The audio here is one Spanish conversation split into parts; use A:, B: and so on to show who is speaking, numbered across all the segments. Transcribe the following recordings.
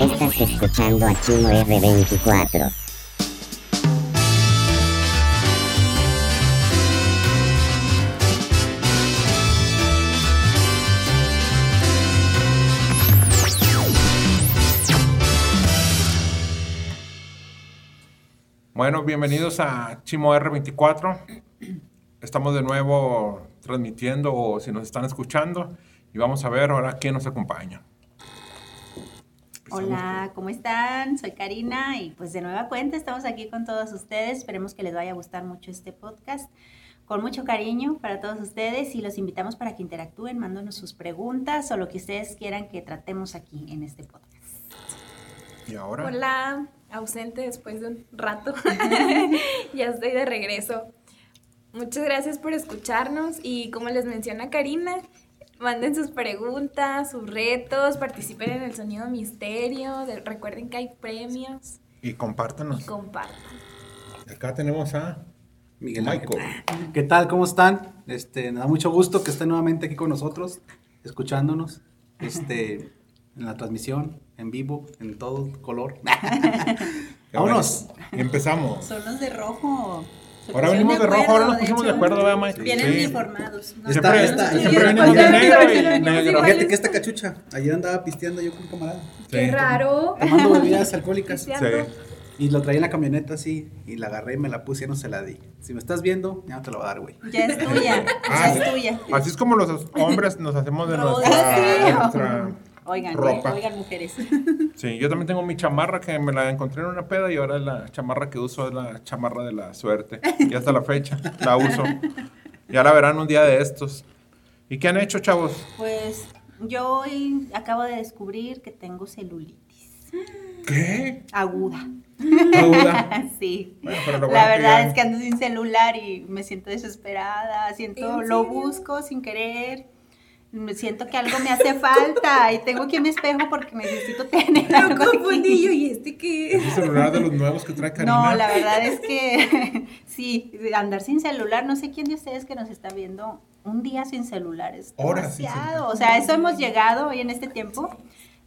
A: Estás escuchando a Chino R24.
B: Bueno, bienvenidos a Chimo R24. Estamos de nuevo transmitiendo o si nos están escuchando y vamos a ver ahora quién nos acompaña.
C: Hola, ¿cómo están? Soy Karina y pues de nueva cuenta estamos aquí con todos ustedes. Esperemos que les vaya a gustar mucho este podcast. Con mucho cariño para todos ustedes y los invitamos para que interactúen, mándenos sus preguntas o lo que ustedes quieran que tratemos aquí en este podcast.
B: Y ahora,
D: Hola, ausente después de un rato. ya estoy de regreso. Muchas gracias por escucharnos y como les menciona Karina, manden sus preguntas, sus retos, participen en el sonido misterio, de- recuerden que hay premios
B: y
D: y
B: compártanos.
D: compartan.
B: Acá tenemos a
E: Miguel
B: Michael.
E: Ángel. ¿Qué tal? ¿Cómo están? Este, me da mucho gusto que estén nuevamente aquí con nosotros, escuchándonos, este, en la transmisión, en vivo, en todo color.
B: Qué
E: Vámonos.
B: bueno. Y empezamos.
C: Son los de rojo. Se
B: Ahora
C: pusieron
B: venimos de rojo, ahora nos pusimos de
C: hecho.
B: acuerdo, ¿verdad, Mike?
C: Vienen
B: Sí.
C: uniformados. ¿no?
E: Está-
B: siempre
E: está-
B: siempre
E: está-
B: venimos de
E: está-
B: negro y
D: está-
B: negro.
D: está-
E: Fíjate que esta cachucha, ayer andaba pisteando yo con un camarada,
D: ¡Qué
B: Sí.
D: raro!
E: tomando bebidas alcohólicas.
D: Sí.
B: Sí.
E: Y lo traía en la camioneta así, y la agarré, me la puse y no se la di. Si me estás viendo, ya no te la voy a dar, güey.
C: Ya es tuya,
B: Ah,
C: ya es tuya.
B: Así es como los hombres nos hacemos de
C: Rodeos.
B: nuestra- de nuestra
C: Oigan,
B: Ropa.
C: oigan mujeres.
B: Sí, yo también tengo mi chamarra que me la encontré en una peda y ahora la chamarra que uso es la chamarra de la suerte. Y hasta la fecha la uso. Ya la verán un día de estos. ¿Y qué han hecho, chavos?
C: Pues yo hoy acabo de descubrir que tengo celulitis
B: ¿Qué?
C: aguda.
B: Duda.
C: Sí.
B: Bueno, pero lo bueno
C: La
B: que
C: verdad
B: ya-
C: es que ando sin celular y me siento desesperada, siento,
D: ¿En
C: lo
D: serio?
C: busco sin querer, me siento que algo me hace falta y tengo aquí mi espejo porque necesito tener
D: Lo
C: algo aquí.
D: confundí yo, ¿y este qué
B: ¿Es el celular de los nuevos que trae Karina?
C: No, la verdad es que sí, andar sin celular, no sé quién de ustedes que nos está viendo un día sin celular es
B: Horas sin
C: demasiado. O sea, eso hemos llegado hoy en este tiempo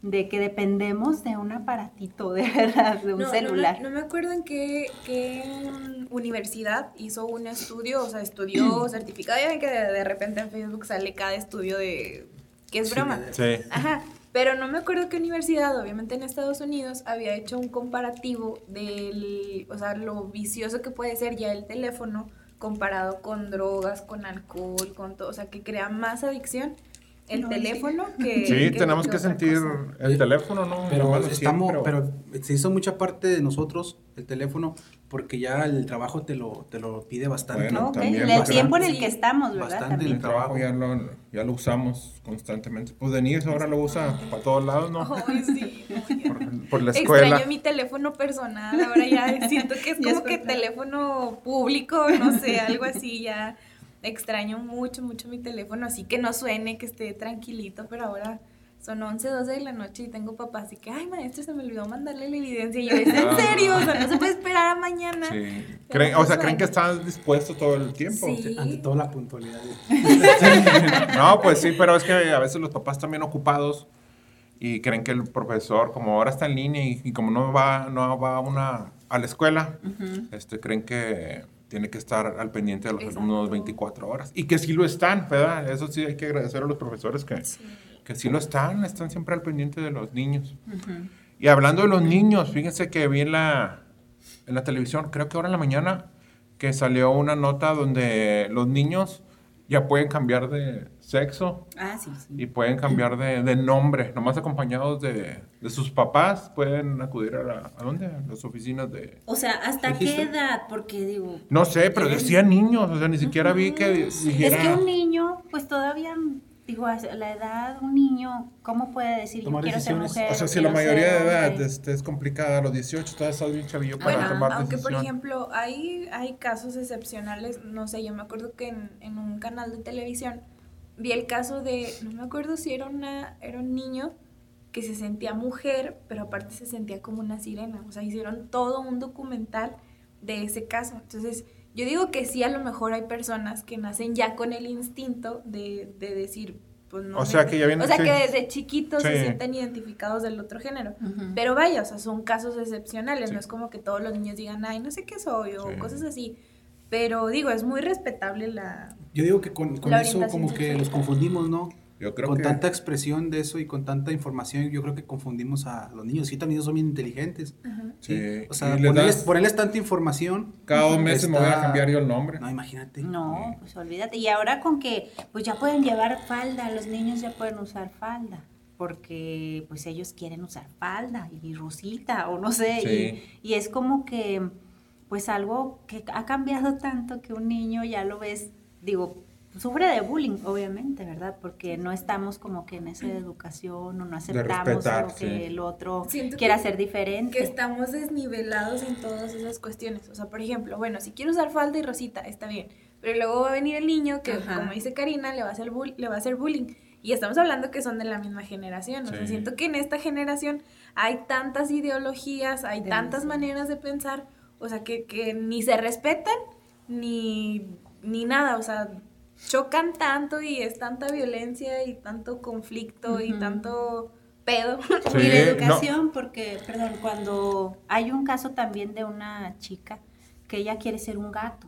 C: de que dependemos de un aparatito, de verdad, de un
D: No, no me-
C: celular.
D: No, me acuerdo en qué, qué, mm, universidad hizo un estudio, o sea, estudió certificado. Ya ven que de, de repente en Facebook sale cada estudio de que es
E: Sí,
D: broma.
E: de-
B: Sí.
D: Ajá, pero no me acuerdo qué universidad, obviamente en Estados Unidos, había hecho un comparativo del, o sea, lo vicioso que puede ser ya el teléfono comparado con drogas, con alcohol, con todo, o sea, que crea más adicción el
C: No, sí.
D: teléfono que...
B: Sí, tenemos que
D: otra
B: sentir
D: cosa.
B: el teléfono, ¿no?
E: Pero
B: Bueno,
E: estamos,
B: siempre, o-
E: pero se hizo mucha parte de nosotros el teléfono porque ya el trabajo te lo, te lo pide bastante.
B: Bueno,
C: Ok,
B: también
C: el
B: bastante.
C: tiempo en el que estamos, ¿verdad?
E: Bastante
B: En
C: También.
B: el trabajo ya lo, ya lo usamos constantemente. Pues Denise ahora lo usa para todos lados, ¿no?
D: Ay, sí, no, ya.
B: Por, por la escuela.
D: Extraño mi teléfono personal, ahora ya siento que es
C: Ya
D: como
C: es
D: que
C: verdad.
D: teléfono público, no sé, algo así, ya extraño mucho, mucho mi teléfono, así que no suene, que esté tranquilito, pero ahora son 11, 12 de la noche y tengo papá, así que, ay maestro, se me olvidó mandarle la evidencia, y yo, ¿es en
B: Ah.
D: serio? O sea, no se puede esperar a mañana.
B: Sí. Creen- o sea, creen que estás dispuesto todo el tiempo.
D: Sí.
E: Ante todo la puntualidad.
B: No, pues sí, pero es que a veces los papás también ocupados y creen que el profesor, como ahora está en línea y, y como no va, no va una, a la escuela, este, creen que tiene que estar al pendiente de los
D: Exacto.
B: alumnos 24 horas. Y que sí lo están, ¿verdad? Eso sí hay que agradecer a los profesores que, que sí lo están, están siempre al pendiente de los niños. Y hablando de los niños, fíjense que vi en la, en la televisión, creo que ahora en la mañana, que salió una nota donde los niños ya pueden cambiar de sexo
C: Ah, sí, sí.
B: y pueden cambiar de, de nombre, nomás acompañados de, de sus papás, pueden acudir a, la- ¿a dónde? A las oficinas de...
F: O sea, ¿hasta qué
E: ¿Dijiste?
F: edad? Porque digo,
B: No sé, pero decía niños, o sea, ni siquiera vi que
C: Es
B: dijera...
C: que un niño, pues todavía, digo, a la edad, un niño, ¿cómo puede decir yo
E: Tomar
C: quiero ser
E: decisiones.
C: mujer?
B: O sea,
C: o
B: si la
C: quiero ser
B: mayoría de
C: hombre"?
B: edad este, es complicada, a los 18 todavía estás bien chavillo para
D: Ah, Bueno,
B: tomar
D: aunque por
B: decisión.
D: ejemplo hay, hay casos excepcionales, no sé, yo me acuerdo que en, en un canal de televisión vi el caso de, no me acuerdo si era, una, era un niño que se sentía mujer, pero aparte se sentía como una sirena, o sea, hicieron todo un documental de ese caso. Entonces, yo digo que sí, a lo mejor hay personas que nacen ya con el instinto de, de decir, pues no.
B: O
D: me-
B: sea, que ya vienen-
D: O sea,
B: sí.
D: que desde chiquitos
B: Sí.
D: se sienten identificados del otro género.
C: Ujú.
D: Pero vaya, o sea, son casos excepcionales,
B: Sí.
D: no es como que todos los niños digan, ay, no sé qué soy, o
B: Sí.
D: cosas así. Pero digo, es muy respetable la...
E: Yo digo que con, con
D: La
E: eso
D: orientación
E: como que
D: sexual.
E: los confundimos, ¿no?
B: Yo creo
E: con
B: que.
E: tanta expresión de eso y con tanta información, yo creo que confundimos a los niños. Sí, también ellos son bien inteligentes.
B: Sí.
E: O sea,
B: Y les
E: ponerles,
B: das-
E: ponerles tanta información.
B: Cada dos meses me voy a
E: está-
B: cambiar yo el nombre.
E: No, imagínate.
C: No, pues olvídate. Y ahora con que, pues ya pueden llevar falda, los niños ya pueden usar falda, porque pues ellos quieren usar falda y rosita o no sé.
B: Sí.
C: Y, y es como que, pues algo que ha cambiado tanto que un niño ya lo ves, digo, sufre de bullying, obviamente, ¿verdad? Porque no estamos como que en esa educación o no aceptamos
B: respetar,
C: lo que
B: sí.
C: el otro
D: Siento
C: quiera
D: que-
C: ser diferente.
D: Que estamos desnivelados en todas esas cuestiones. O sea, por ejemplo, bueno, si quiero usar falda y rosita, está bien. Pero luego va a venir el niño que,
C: Ajá.
D: como dice Karina, le va, a hacer bull- le va a hacer bullying. Y estamos hablando que son de la misma generación. O sea,
B: Sí.
D: siento que en esta generación hay tantas ideologías, hay tantas
C: Demasiado.
D: maneras de pensar, o sea, que, que ni se respetan ni, ni nada. O sea, chocan tanto y es tanta violencia y tanto conflicto y
C: Ujú.
D: tanto pedo.
B: Sí,
C: y de
B: no.
C: educación, porque, perdón, cuando hay un caso también de una chica que ella quiere ser un gato.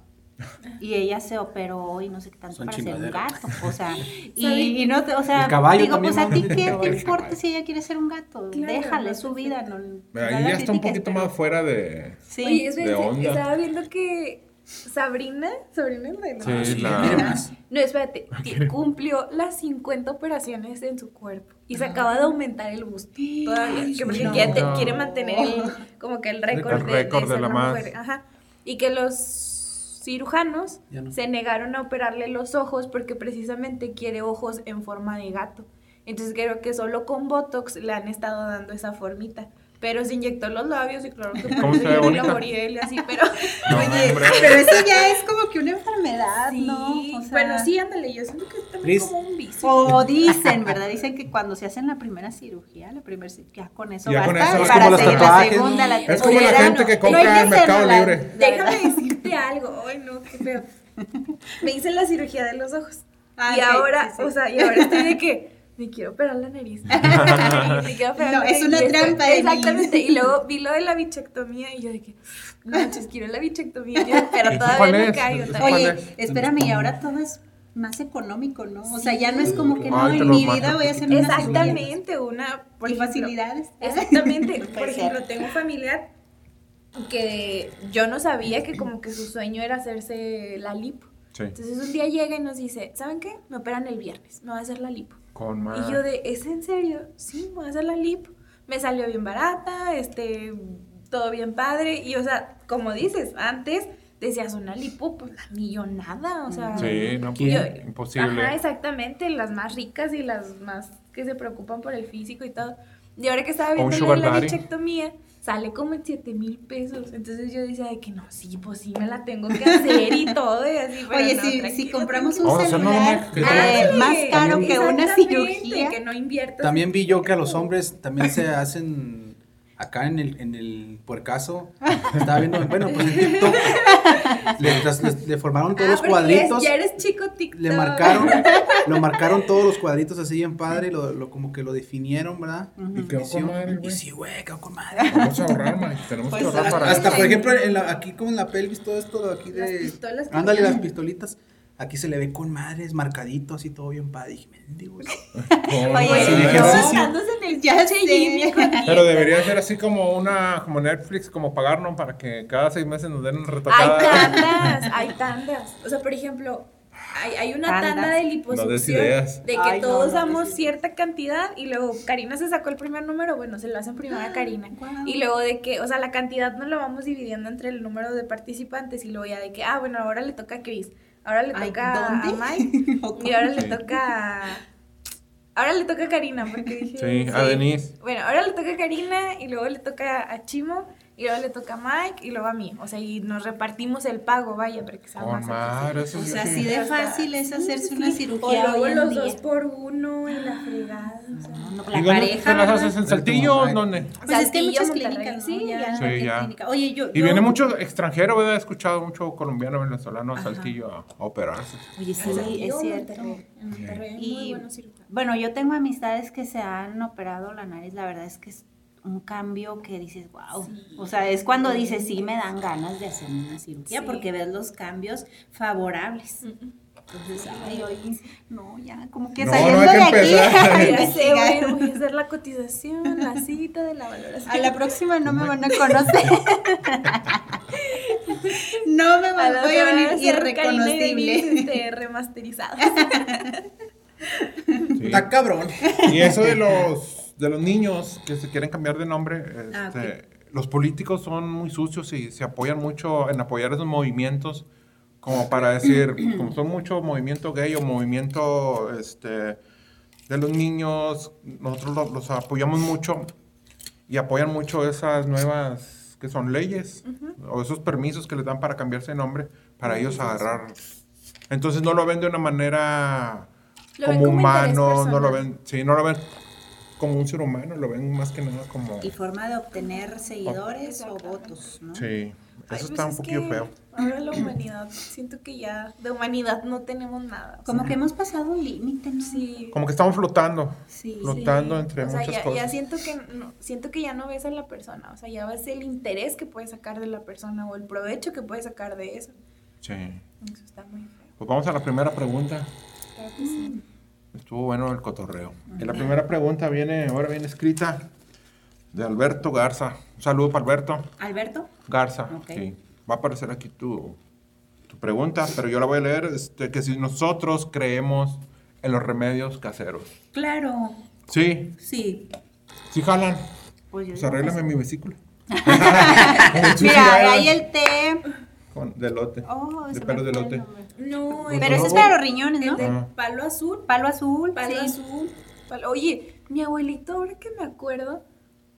C: Y ella se operó y no sé qué tanto
E: Son
C: para ser un
E: chingaderas.
C: gato. O sea, y,
D: ¿Sabe?
C: y no te, o sea,
E: El caballo
C: digo,
E: también,
C: pues a
E: ¿no?
C: ti qué te
E: El
C: importa
E: caballo.
C: si ella quiere ser un gato.
D: Claro,
C: Déjale
D: no,
C: es su vida. No, no la
B: Ahí ya está un
C: critiques,
B: poquito
C: pero-
B: más fuera de.
C: Sí.
D: Oye, es
B: de onda.
D: estaba viendo que Sabrina, Sabrina es de
B: Sí,
E: Sí,
B: la-
E: quiere más.
D: No, espérate, que cumplió las 50 operaciones en su cuerpo y
E: Ah.
D: se acaba de aumentar el busto todavía, que porque
B: no.
D: quiere, te-
B: No.
D: quiere mantener
E: Oh.
D: el- como que el récord
B: El
D: de,
B: récord
D: de
B: de
D: ser
B: la
D: una
B: más.
D: mujer, ajá. y que los cirujanos
E: Ya no.
D: se negaron a operarle los ojos porque precisamente quiere ojos en forma de gato. Entonces creo que solo con Botox le han estado dando esa formita. Pero se inyectó los labios y claro que
B: ¿Cómo se ve
D: yo
B: bonita?
D: la moriré así, pero... pues
B: No, hombre.
C: Pero eso ya es como que una enfermedad,
D: Sí,
C: ¿no? O sea,
D: bueno, sí, ándale, yo siento que es también
E: Tris.
D: como un vicio.
C: O dicen, ¿verdad? Dicen que cuando se hacen la primera cirugía, la primera cir- ya con eso
B: Ya
C: basta
B: con eso
C: y
B: es
C: para
B: como los
C: seguir la
E: tatuajes,
C: segunda, la
D: ¿no?
C: tercera.
B: Es como la gente que
C: no, no hay
B: compra en
C: que hacerlo,
B: Mercado
C: la-
B: Libre.
C: la
D: Déjame
C: verdad.
D: decirte algo. Ay, no, qué feo. Me hice la cirugía de los ojos.
C: Ah,
D: y
C: ok,
D: ahora,
C: sí, sí.
D: o sea, y ahora estoy de que me quiero operar la nariz. Me quiero operar
C: No,
D: la
C: es
D: nariz.
C: una
D: Y estoy-
C: trampa de
D: Exactamente. Y luego vi lo de la bichectomía y yo de que, no manches, quiero la bichectomía, yo, pero
B: ¿Eso
D: todavía
B: cuál
D: no
B: es?
D: caigo.
B: ¿Eso
D: todavía-
B: cuál
C: Oye,
B: es?
C: espérame, y ahora todo es más económico, ¿no? O sea, ya no es como que
B: Ay,
C: no,
B: te
C: en
B: los
C: mi vida
B: bajan
C: voy a hacer una cirugía.
D: Exactamente, una. por
C: Y
D: ejemplo,
C: facilidades.
D: Exactamente. Por
C: Puede
D: ejemplo,
C: ser.
D: tengo un familiar que yo no sabía que como que su sueño era hacerse la lipo.
B: Sí.
D: Entonces un día llega y nos dice, ¿saben qué? Me operan el viernes, me voy a hacer la lipo.
B: Con más.
D: Y yo de, ¿es en serio? Sí, me voy a hacer la lipo. Me salió bien barata, este, todo bien padre. Y o sea, como dices, antes decías una lipo, pues la millonada, o sea.
B: Sí, no, pues,
E: ¿Quién?
B: imposible.
D: Ajá, exactamente, las más ricas y las más que se preocupan por el físico y todo. Y ahora que estaba
B: O un
D: viendo lo
B: sugar
D: de la
B: daddy.
D: bichectomía, sale como en 7 mil pesos. Entonces yo decía de que no, sí, pues sí, me la tengo que hacer y todo y así. pero
C: Oye,
D: no,
C: si, si
D: tranquila,
C: compramos un
B: Vamos a hacernos una
C: celular
B: que
C: eh,
B: tenga-
C: más
D: Ándale,
C: caro que una
D: Ah, exactamente,
C: cirugía,
D: Que no inviertas.
E: También vi yo que a los hombres también se hacen acá en el, en el puercaso. Estaba viendo, bueno, pues en TikTok. Le, tras- le- le formaron todos
D: Ah,
E: los
D: porque eres-
E: cuadritos.
D: Ya eres chico TikTok.
E: Le marcaron, lo marcaron todos los cuadritos así bien padre, lo, lo- como que lo definieron, ¿verdad?
C: "Mm,
B: Y quedó con madre,
E: Y
B: güey.
E: sí, güey, quedó con madre.
B: Vamos a ahorrar, man. Tenemos
C: Pues,
B: que ahorrar para este
E: Hasta
B: eso.
E: por ejemplo, en la- aquí como en la pelvis, todo esto de aquí de.
D: Las pistolas que
E: Ándale,
D: tienen.
E: las pistolitas. Aquí se le ve con madres, marcadito, así todo bien padre. Dije, mendigo.
B: Con
C: Oye,
B: madre.
E: Sí,
C: yo-
E: ejercicio.
D: Andándose en el
C: Ya
D: pinche
C: sé.
D: Jimmy con
B: Pero
D: dieta.
B: debería ser así como una, como Netflix, como pagarnos para que cada seis meses nos den una
D: Hay
B: retocada.
D: tandas, hay tandas. O sea, por ejemplo, hay, hay una
C: Tandas.
D: tanda de
B: No des
D: liposucción
B: ideas.
D: de que
C: Ay, no,
D: todos
C: no
D: damos
C: des ideas.
D: cierta cantidad y luego Karina se sacó el primer número, bueno, se lo hacen primero a Karina.
C: Ah, guau.
D: Y luego de que, o sea, la cantidad no la vamos dividiendo entre el número de participantes y luego ya de que, ah, bueno, ahora le toca a Chris, ahora le
C: Ay,
D: toca
C: ¿dónde?
D: a Mike
C: ¿O
D: y ahora le
B: Sí.
D: toca a- Ahora le toca a Karina, porque dije...
B: Sí, a Denise.
D: Bueno, ahora le toca a Karina y luego le toca a Chimo y luego le toca a Mike y luego a mí. O sea, y nos repartimos el pago, vaya, para que sea
B: Con
D: más
B: madre,
D: accesible.
B: eso
C: o
B: sí,
C: sea,
B: sí.
C: así de fácil es hacerse una
D: O
C: cirugía
D: luego
C: hoy en
D: los
C: día.
D: dos por uno y la fregada.
C: No,
B: ¿Y
C: la
B: dónde
C: pareja.
B: ¿Te las
C: ¿verdad?
B: haces en Saltillo o en dónde?
F: Pues es que hay
D: Saltillo,
F: muchas
D: Monterrey,
F: clínicas,
D: ¿no?
F: ¿no? Ya.
C: ya,
B: Sí,
C: cualquier
B: ya.
C: clínica. Oye, yo,
B: Y
C: yo-
B: viene mucho extranjero, ¿verdad? He escuchado mucho colombiano, venezolano, a Saltillo a operarse.
C: Oye, sí, es cierto.
D: En Monterrey,
C: Y-
D: muy buenos cirujanos.
C: Bueno, yo tengo amistades que se han operado la nariz, la verdad es que es un cambio que dices, wow. O sea, es cuando dices, sí, me dan ganas de hacer una cirugía
D: Sí.
C: porque ves los cambios favorables. Entonces, ay, hoy, no, ya, como que
B: No, no, hay
C: saliendo
B: que
C: de aquí.
B: empezar.
C: a
D: Ya sé,
C: investigar.
D: voy, voy a hacer la cotización, la cita de la valoración.
C: A la próxima no me van a conocer. no me
D: A
C: van,
D: la
C: voy a
D: otra
C: venir
D: van ser Karina y Denise,
C: irreconocible.
D: este, remasterizadas.
B: Sí.
F: Está cabrón.
B: Y eso de los, de los niños que se quieren cambiar de nombre, este,
C: Ah,
B: los políticos son muy sucios y se apoyan mucho en apoyar esos movimientos, como para decir, como son mucho movimiento gay o movimiento este, de los niños, nosotros los, los apoyamos mucho y apoyan mucho esas nuevas que son leyes o esos permisos que les dan para cambiarse de nombre para ellos agarrar. Entonces no lo ven de una manera
D: Lo ven
B: como,
D: como
B: humano,
D: interés
B: no lo
D: personal.
B: ven, sí, no lo ven como un ser humano, lo ven más que nada como
C: Y forma de obtener seguidores o votos, ¿no?
B: sí, eso
D: Ay,
B: está un
D: pues es
B: poquillo
D: que
B: feo.
D: Ahora la humanidad, siento que ya de humanidad no tenemos nada. o sea,
C: Como que hemos pasado un límite, ¿no?
D: sí.
B: Como que estamos flotando.
C: Sí.
B: flotando entre
D: o sea,
B: muchas
D: ya,
B: cosas.
D: ya siento que no- siento que ya no ves a la persona, o sea, ya ves el interés que puedes sacar de la persona o el provecho que puedes sacar de eso.
B: Sí.
D: Eso está muy feo.
B: Pues vamos a la primera pregunta.
D: Claro que
B: Mm.
D: sí.
B: Estuvo bueno el cotorreo. Y la primera pregunta viene, ahora viene escrita de Alberto Garza. Un saludo para Alberto
C: Alberto,
B: Garza.
C: Ok.
B: sí. Va a aparecer aquí tu, tu pregunta, pero yo la voy a leer. Este, que si nosotros creemos en los remedios caseros.
C: claro,
B: Sí,
C: sí.
B: sí jalan.
C: Pues yo
B: Pues
C: digo que
B: arréglame
C: sí.
B: mi vesícula.
C: Mira, ahí el té.
B: Con, de lote.
C: Oh,
B: de
C: se me
B: pelo de
C: fue el
B: lote.
C: nombre.
D: No,
B: Pues
C: Pero
B: no.
C: ese es para los riñones, ¿no?
D: el del
B: Ah.
D: palo azul,
C: Palo azul,
D: palo
C: sí.
D: azul. palo- Oye, mi abuelito, ahora que me acuerdo,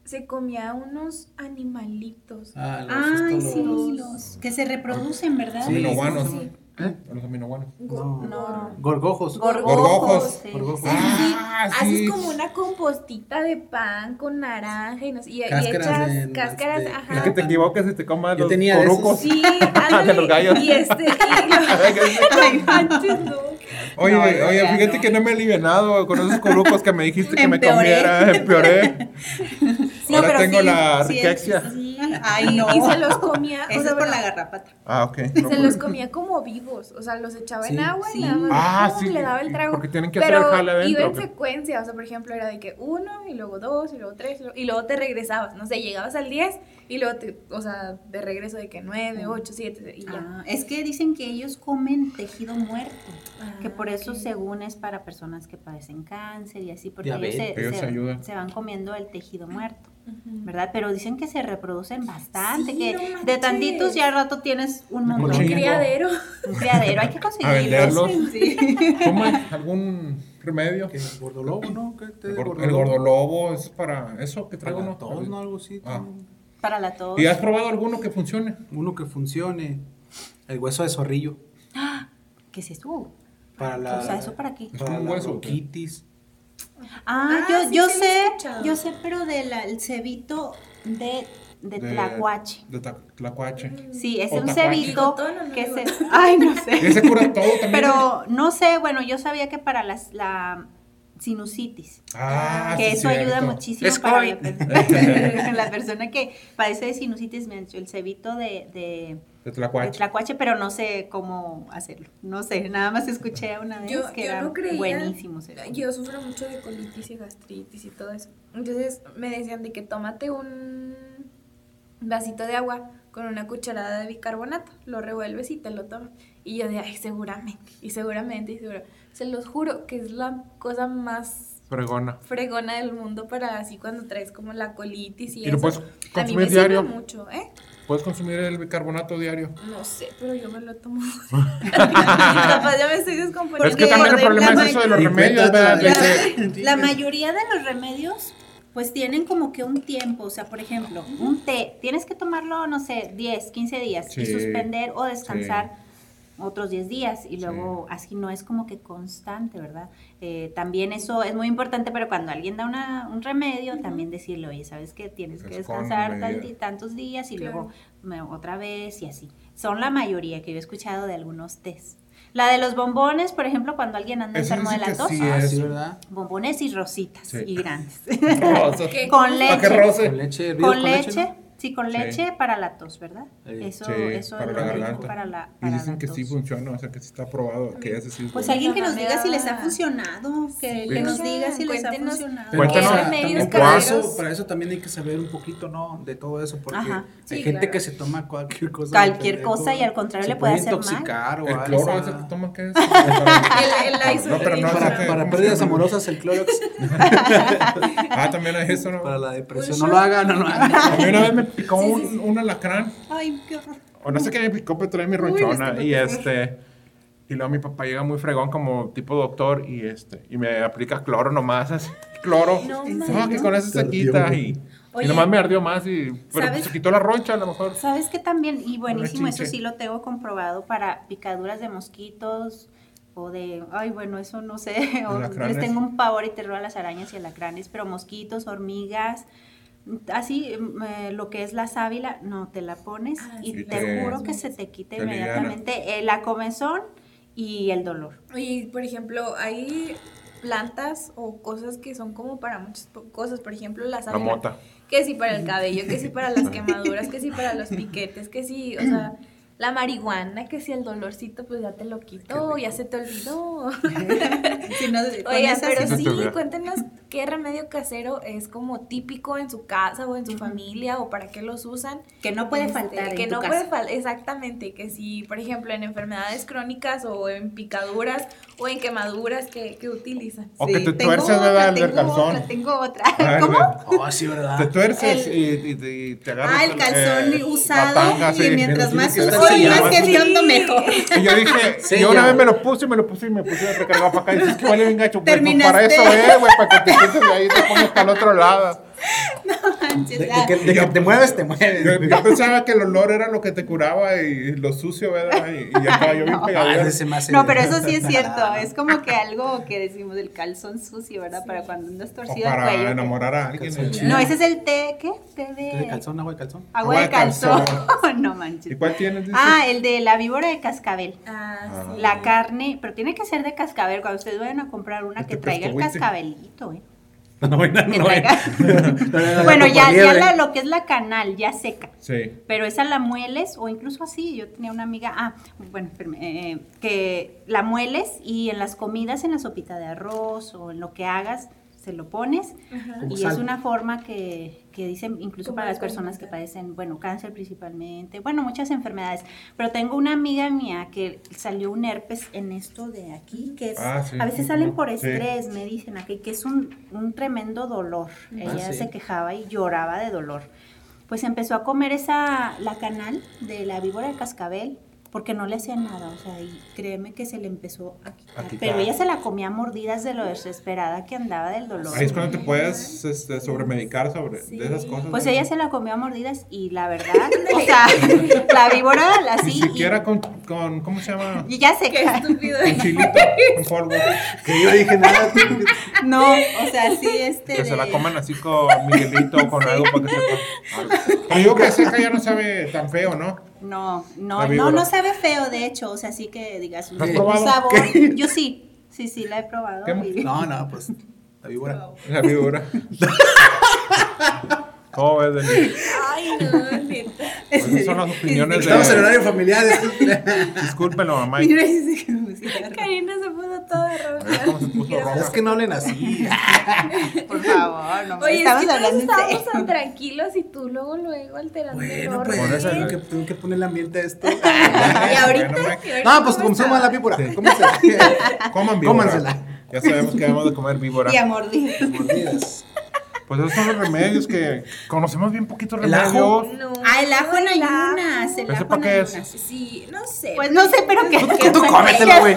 D: se comía unos animalitos.
F: Ah, los-
C: Ay,
F: estos
C: sí,
F: los-
C: los que se reproducen, ¿verdad?
E: Sí.
B: Aminoguanos.
E: sí,
B: ¿Eh? Los aminoguanos.
E: No.
D: No.
E: Gorgojos.
B: Gorgojos.
C: sí.
E: Gorgojos.
D: Sí, sí, sí.
B: Ah,
D: Haces
B: sí.
D: como una compostita de pan con naranja y, no sé- y- y
F: Cáscaras
D: echas
F: de-
D: cáscaras,
F: de-
D: ajá.
B: Es que te equivocas y te comas
F: Yo
B: los
F: tenía de
B: corucos.
D: Sí,
B: De
D: ándale.
B: los gallos.
D: Y este, y lo- Ay, manches, no.
B: Oye,
C: No, yo
B: oye,
C: ya
B: fíjate
C: no.
B: que no me he alivianado con esos corucos que me dijiste que me
C: Empeoré.
B: comiera. Empeoré.
C: No,
B: Ahora
C: pero
B: tengo
C: sí,
B: la
C: sí,
B: riquexia.
C: sí. Ay, no.
D: Y se los comía. o sea,
C: Eso es por
D: bueno,
C: la garrapata.
B: Ah, ok. No,
D: se
B: pues.
D: los comía como vivos, o sea, los echaba en
E: Sí,
D: agua
C: sí.
D: y nada más
B: Ah,
D: ¡pum!
B: sí,
D: le daba el trago.
B: porque tienen que
D: Pero
B: hacer el jale adentro,
D: iba en
B: ok.
D: secuencia, o sea, por ejemplo, era de que uno y luego dos y luego tres y luego- y luego te regresabas, no sé, llegabas al 10 y luego te, o sea, de regreso de que nueve, ocho, siete y ya.
C: Ah, es que dicen que ellos comen tejido muerto,
D: Ah,
C: que por eso
D: ok.
C: según es para personas que padecen cáncer y así, porque
E: Diabetes.
B: Ellos se ayudan.
C: se van comiendo el tejido muerto.
D: Ujú.
C: ¿verdad? Pero dicen que se reproducen bastante,
D: Sí,
C: que
D: no
C: de
D: manches.
C: tantitos ya al rato tienes un
B: Un
C: montón.
B: chingo.
D: Criadero.
C: Un criadero, hay que
B: A
C: conseguirlos.
B: venderlos.
C: Sí.
B: ¿Tomas algún remedio?
E: ¿Qué? Gordolobo, ¿no? ¿Qué te
B: El, gor- el gordolobo es para eso que traigo, ¿no?
E: Todos, ¿no? Algo así.
B: Ah.
E: ¿no?
C: Para la tos.
B: ¿Y has probado alguno que funcione?
E: Uno que funcione. El hueso de zorrillo.
C: ¿Qué es eso?
E: Para la.
C: O sea, ¿eso para qué?
E: Para
B: ¿Un
E: la
B: hueso o qué?
E: bronquitis.
C: Ah,
D: Ah,
C: yo,
D: sí,
C: yo
D: sí lo he
C: sé,
D: escuchado.
C: yo sé, pero del el cebito de, de,
B: De-
C: tlacuache.
B: De ta- tlacuache.
C: Sí, es
B: O
C: un
B: tacuache.
C: cebito
D: ¿Bigotón o no
C: que se...
D: bigotón?
C: Ay, no sé.
B: Ese cura todo también.
C: Pero no sé, bueno, yo sabía que para las, la sinusitis.
B: Ah,
C: que
B: sí,
C: eso ayuda
B: cierto.
C: muchísimo
E: Es
C: para la,
E: COVID.
C: persona, la persona que padece de sinusitis, me han dicho, el cebito de, de,
B: De
C: de
B: tlacuache.
C: tlacuache, pero no sé cómo hacerlo. No sé, nada más escuché una vez
D: Yo,
C: que
D: yo
C: era
D: no creía.
C: buenísimo. según.
D: Yo sufro mucho de colitis y gastritis y todo eso. Entonces me decían de que tómate un vasito de agua con una cucharada de bicarbonato, lo revuelves y te lo tomas. Y yo de, ay, seguramente, y seguramente, y seguro. Se los juro que es la cosa más
B: Fregona.
D: fregona del mundo para así cuando traes como la colitis y,
B: Y lo
D: eso.
B: puedes
D: A mí me
B: consumir diario.
D: sirve mucho, ¿eh?
B: Puedes consumir el bicarbonato diario.
D: No sé, pero yo me lo tomo. Capaz ya me estoy descomponiendo.
B: es que también el
C: de
B: problema
C: la
B: es eso de los
E: mayoría-
B: remedios, ¿verdad? De que-
C: La mayoría de los remedios pues tienen como que un tiempo, o sea, por ejemplo, un té, tienes que tomarlo, no sé, 10, 15 días y
B: Sí.
C: suspender o descansar otros 10 días y luego así no es como que constante, ¿verdad? Eh, también eso es muy importante, pero cuando alguien da una, un remedio, también decirle, oye, ¿sabes qué? Tienes que
B: Es con
C: descansar
B: medida.
C: tanti- tantos días y
D: Claro.
C: luego me- otra vez y así. Son la mayoría que yo he escuchado de algunos test. La de los bombones, por ejemplo, cuando alguien anda
B: Ese
C: enfermo de
B: dice
C: la
B: que
C: tos,
B: sí
E: Ah,
B: es.
E: sí, ¿verdad?
C: bombones y rositas
B: Sí.
C: y grandes.
D: ¿Qué?
C: con
B: ¿Para qué
C: leche.
B: roce?
E: Con Ah, leche, hervido
C: Con leche, sí, con
B: Sí.
C: leche para la tos, ¿verdad?
E: Sí.
C: Eso,
B: Sí,
C: eso
B: para
C: es
B: la
C: lo que dijo
B: garganta.
C: para la,
B: Y
C: para
B: dicen
C: la
B: que
C: tos.
B: sí funciona, o sea que sí está probado, que ese sí es
C: Pues
B: bueno.
C: alguien que nos
D: Me
C: diga si les ha
D: da-
C: funcionado, que,
E: Sí.
C: que nos
D: Sí.
C: diga si les ha
D: Cuéntenos.
C: funcionado.
E: Pero,
B: Cuéntanos,
E: o sea,
D: medios
E: también para,
D: caseros.
E: eso, para eso también hay que saber un poquito, ¿no? De todo eso, porque
C: Ajá.
D: Sí,
E: hay gente
D: claro.
E: que se toma cualquier cosa.
C: Cualquier
E: de pendejo,
C: cosa y al contrario
E: se
C: le puede hacer mal.
E: intoxicar o
B: El
E: algo.
B: cloro
E: o
B: ese
E: sea,
B: que toma que es.
D: El, el Lysol.
B: No, pero no,
D: Para-
B: ese
E: para,
B: que-
E: para pérdidas amorosas, el Clorox.
B: Ah, también hay eso, ¿no?
E: para la depresión.
D: Un
E: No
D: shot.
E: lo hagan, no lo hagan.
B: A mí una vez me picó un, un alacrán.
C: Ay, qué horror.
B: O no sé qué me picó, pero trae mi ronchona. Y este. Y luego mi papá llega muy fregón como tipo doctor y este. Y me aplica cloro nomás. así, cloro.
D: No
B: No,
D: manches.
B: que con eso se
E: Te ardió,
B: quita.
E: güey.
B: Y,
C: Oye,
B: y nomás me ardió más. Y, pero
C: ¿sabes?
B: se quitó la roncha a lo mejor.
C: ¿Sabes qué también? Y buenísimo, eso
B: chinche.
C: sí lo tengo comprobado para picaduras de mosquitos o de, ay, bueno, eso no sé, o
B: Alacranes.
C: les tengo un pavor y terror a las arañas y alacranes, pero mosquitos, hormigas, así mm, eh, lo que es la sábila, no, te la pones
D: Ah,
C: y
D: sí,
C: te,
B: te-
C: juro que se te quita
B: te aliviana.
C: inmediatamente eh, la comezón y el dolor.
D: Oye, por ejemplo, hay plantas o cosas que son como para muchas po- cosas, por ejemplo, la
B: La
D: sábila.
B: mota.
D: Que sí para el cabello, que sí para las quemaduras, que sí para los piquetes, que sí, o sea, la marihuana, que sí el dolorcito, pues ya te lo quitó, ya se te olvidó.
C: Si no, con
D: Oigan,
C: esas-
B: sí.
D: pero sí,
B: No te olvidas.
D: cuéntenos qué remedio casero es como típico en su casa o en su familia o para qué los usan.
C: que no puede
D: Este,
C: faltar en
D: que
C: tu
D: no
C: casa.
D: puede faltar, exactamente, que si, por ejemplo, en enfermedades crónicas o en picaduras o en quemaduras que, que utilizan.
B: O que te
C: tengo
B: tuerces,
C: otra,
B: ¿verdad? Del
C: tengo
B: calzón.
C: otra, Tengo otra.
B: Ah,
C: ¿Cómo?
B: güey.
E: Oh, sí,
B: Te
E: ¿verdad?
B: tuerces
C: Ah, El-
B: y, y- y te agarras.
C: Ah, el calzón
B: eh, la
C: usado
B: tanga, sí.
C: y mientras
E: Tiene
C: más
E: que estar
C: usado y
E: sellado.
C: más
E: Sí.
C: hediondo mejor.
B: Y yo dije,
E: Sí,
B: yo una
E: ya.
B: vez me lo puse y me lo puse y me puse a recargar para acá. Y dices que vale bien gacho, güey. Pues para
C: Terminaste.
B: eso, eh, güey, para que te sientes de ahí y te pongas para el otro lado.
E: De, de que, de que te mueves, te
B: Yo,
E: mueves.
B: yo pensaba que el olor era lo que te curaba y lo sucio, ¿verdad? Y, y acá yo bien
E: Ah,
B: pegadero.
E: ese se me hace-
C: No, pero eso sí es cierto. Es como que algo que decimos del calzón sucio, ¿verdad? Para cuando andas
B: O
C: torcido el
B: para
C: cuello.
B: enamorar a alguien.
E: Calzón
B: eh.
E: chido.
C: No, ese es el té, ¿qué? Té de,
E: ¿Tiene calzón, agua de calzón?
C: agua de calzón. no
B: ¿Y
C: manches.
B: cuál tienes? dices?
C: Ah, el de la víbora de cascabel.
D: Ah, sí.
C: La carne, pero tiene que ser de cascabel. Cuando ustedes vayan a comprar una
B: Este
C: que traiga el
B: pescobuite.
C: cascabelito, ¿eh?
E: No, no, no,
C: Que
E: no,
C: traiga-
E: no.
C: Bueno, ya, ya
E: Liebre.
C: la- lo que es la canal, ya seca.
B: Sí.
C: Pero esa la mueles o incluso así. Yo tenía una amiga, ah, bueno, espérame, eh, que la mueles y en las comidas, en la sopita de arroz o en lo que hagas, se lo pones.
D: Ajá.
E: Como
C: Y es
E: sal.
C: una forma que, que dicen incluso
D: Como
C: para
D: de
C: las personas que
D: condimentar.
C: padecen, bueno, cáncer principalmente, bueno, muchas enfermedades. Pero tengo una amiga mía que salió un herpes en esto de aquí, que es,
B: Ah, sí,
C: a veces
B: sí,
C: salen
B: sí.
C: por
B: Sí.
C: estrés, me dicen aquí, que es un, un tremendo dolor. Ella
E: sí.
C: se quejaba y lloraba de dolor. Pues empezó a comer esa, la canal de la víbora de cascabel, porque no le hacía nada, o sea, y créeme que se le empezó a quitar.
B: A quitar.
C: Pero ella se la comía a mordidas de lo desesperada que andaba del dolor.
B: Ahí es cuando te puedes este, sobremedicar sobre
D: Sí.
B: de esas cosas. ¿eh?
C: Pues
B: ¿no?
C: ella se la comió a mordidas y la verdad, o sea, la víbora
B: Ni
C: así.
B: siquiera con, con, ¿cómo se llama?
C: Y, y ya se
D: Qué estúpido.
B: Con chilito, con polvo.
E: Que yo dije nada. tú-
C: No, o sea, sí, este.
B: Que se la
C: de-
B: coman así con Miguelito o con algo para que sepa. Pero digo que seca ya no sabe tan feo, ¿no?
C: No,
B: La
C: no,
B: víbora.
C: no, no sabe feo, de hecho, o sea, sí que digas un,
B: ¿Has
C: un
B: probado?
C: sabor.
E: ¿Qué?
C: Yo sí, sí, sí, la he probado.
B: ¿Qué?
C: y-
E: No, no, pues la víbora.
B: La víbora. ¿Cómo ves, Denis?
D: Ay, no, neta.
B: Pues esas son las opiniones
E: Estamos en
B: de...
E: horario familiar. es-
B: Discúlpenlo, mamá.
C: Mira, dice que no, sí,
D: Karina se puso toda
B: Ay, ¿Cómo se
D: roja.
B: puso
E: Es
B: roja?
E: que no hablen así.
C: Por favor, no.
D: Oye,
C: estamos
D: es que todos
C: hablando en serio.
D: estábamos tan tranquilos y tú luego, luego alterando el
E: Bueno,
D: orden.
E: pues
B: Por eso-
E: tengo que, tengo que poner el ambiente a esto.
D: Y ahorita,
B: Bueno,
D: y ahorita
E: No, pues
D: ¿cómo
E: como somos
D: está?
E: la víbora.
B: Sí.
E: ¿Cómo se
B: Coman víbora.
E: Cómansela.
B: Ya sabemos que vamos a comer víbora.
C: Y a mordir.
E: Mordidas.
B: Pues esos son los remedios que conocemos bien poquitos
E: El
B: remedios.
E: ajo.
D: No,
C: Ah, el ajo en
D: el ajo.
C: ayunas. El
B: ¿Ese
C: ajo
B: pa'
C: en
B: qué es?
C: ayunas.
D: Sí, no sé.
C: Pues no sé, pero que.
E: Tú, tú cómetelo, güey.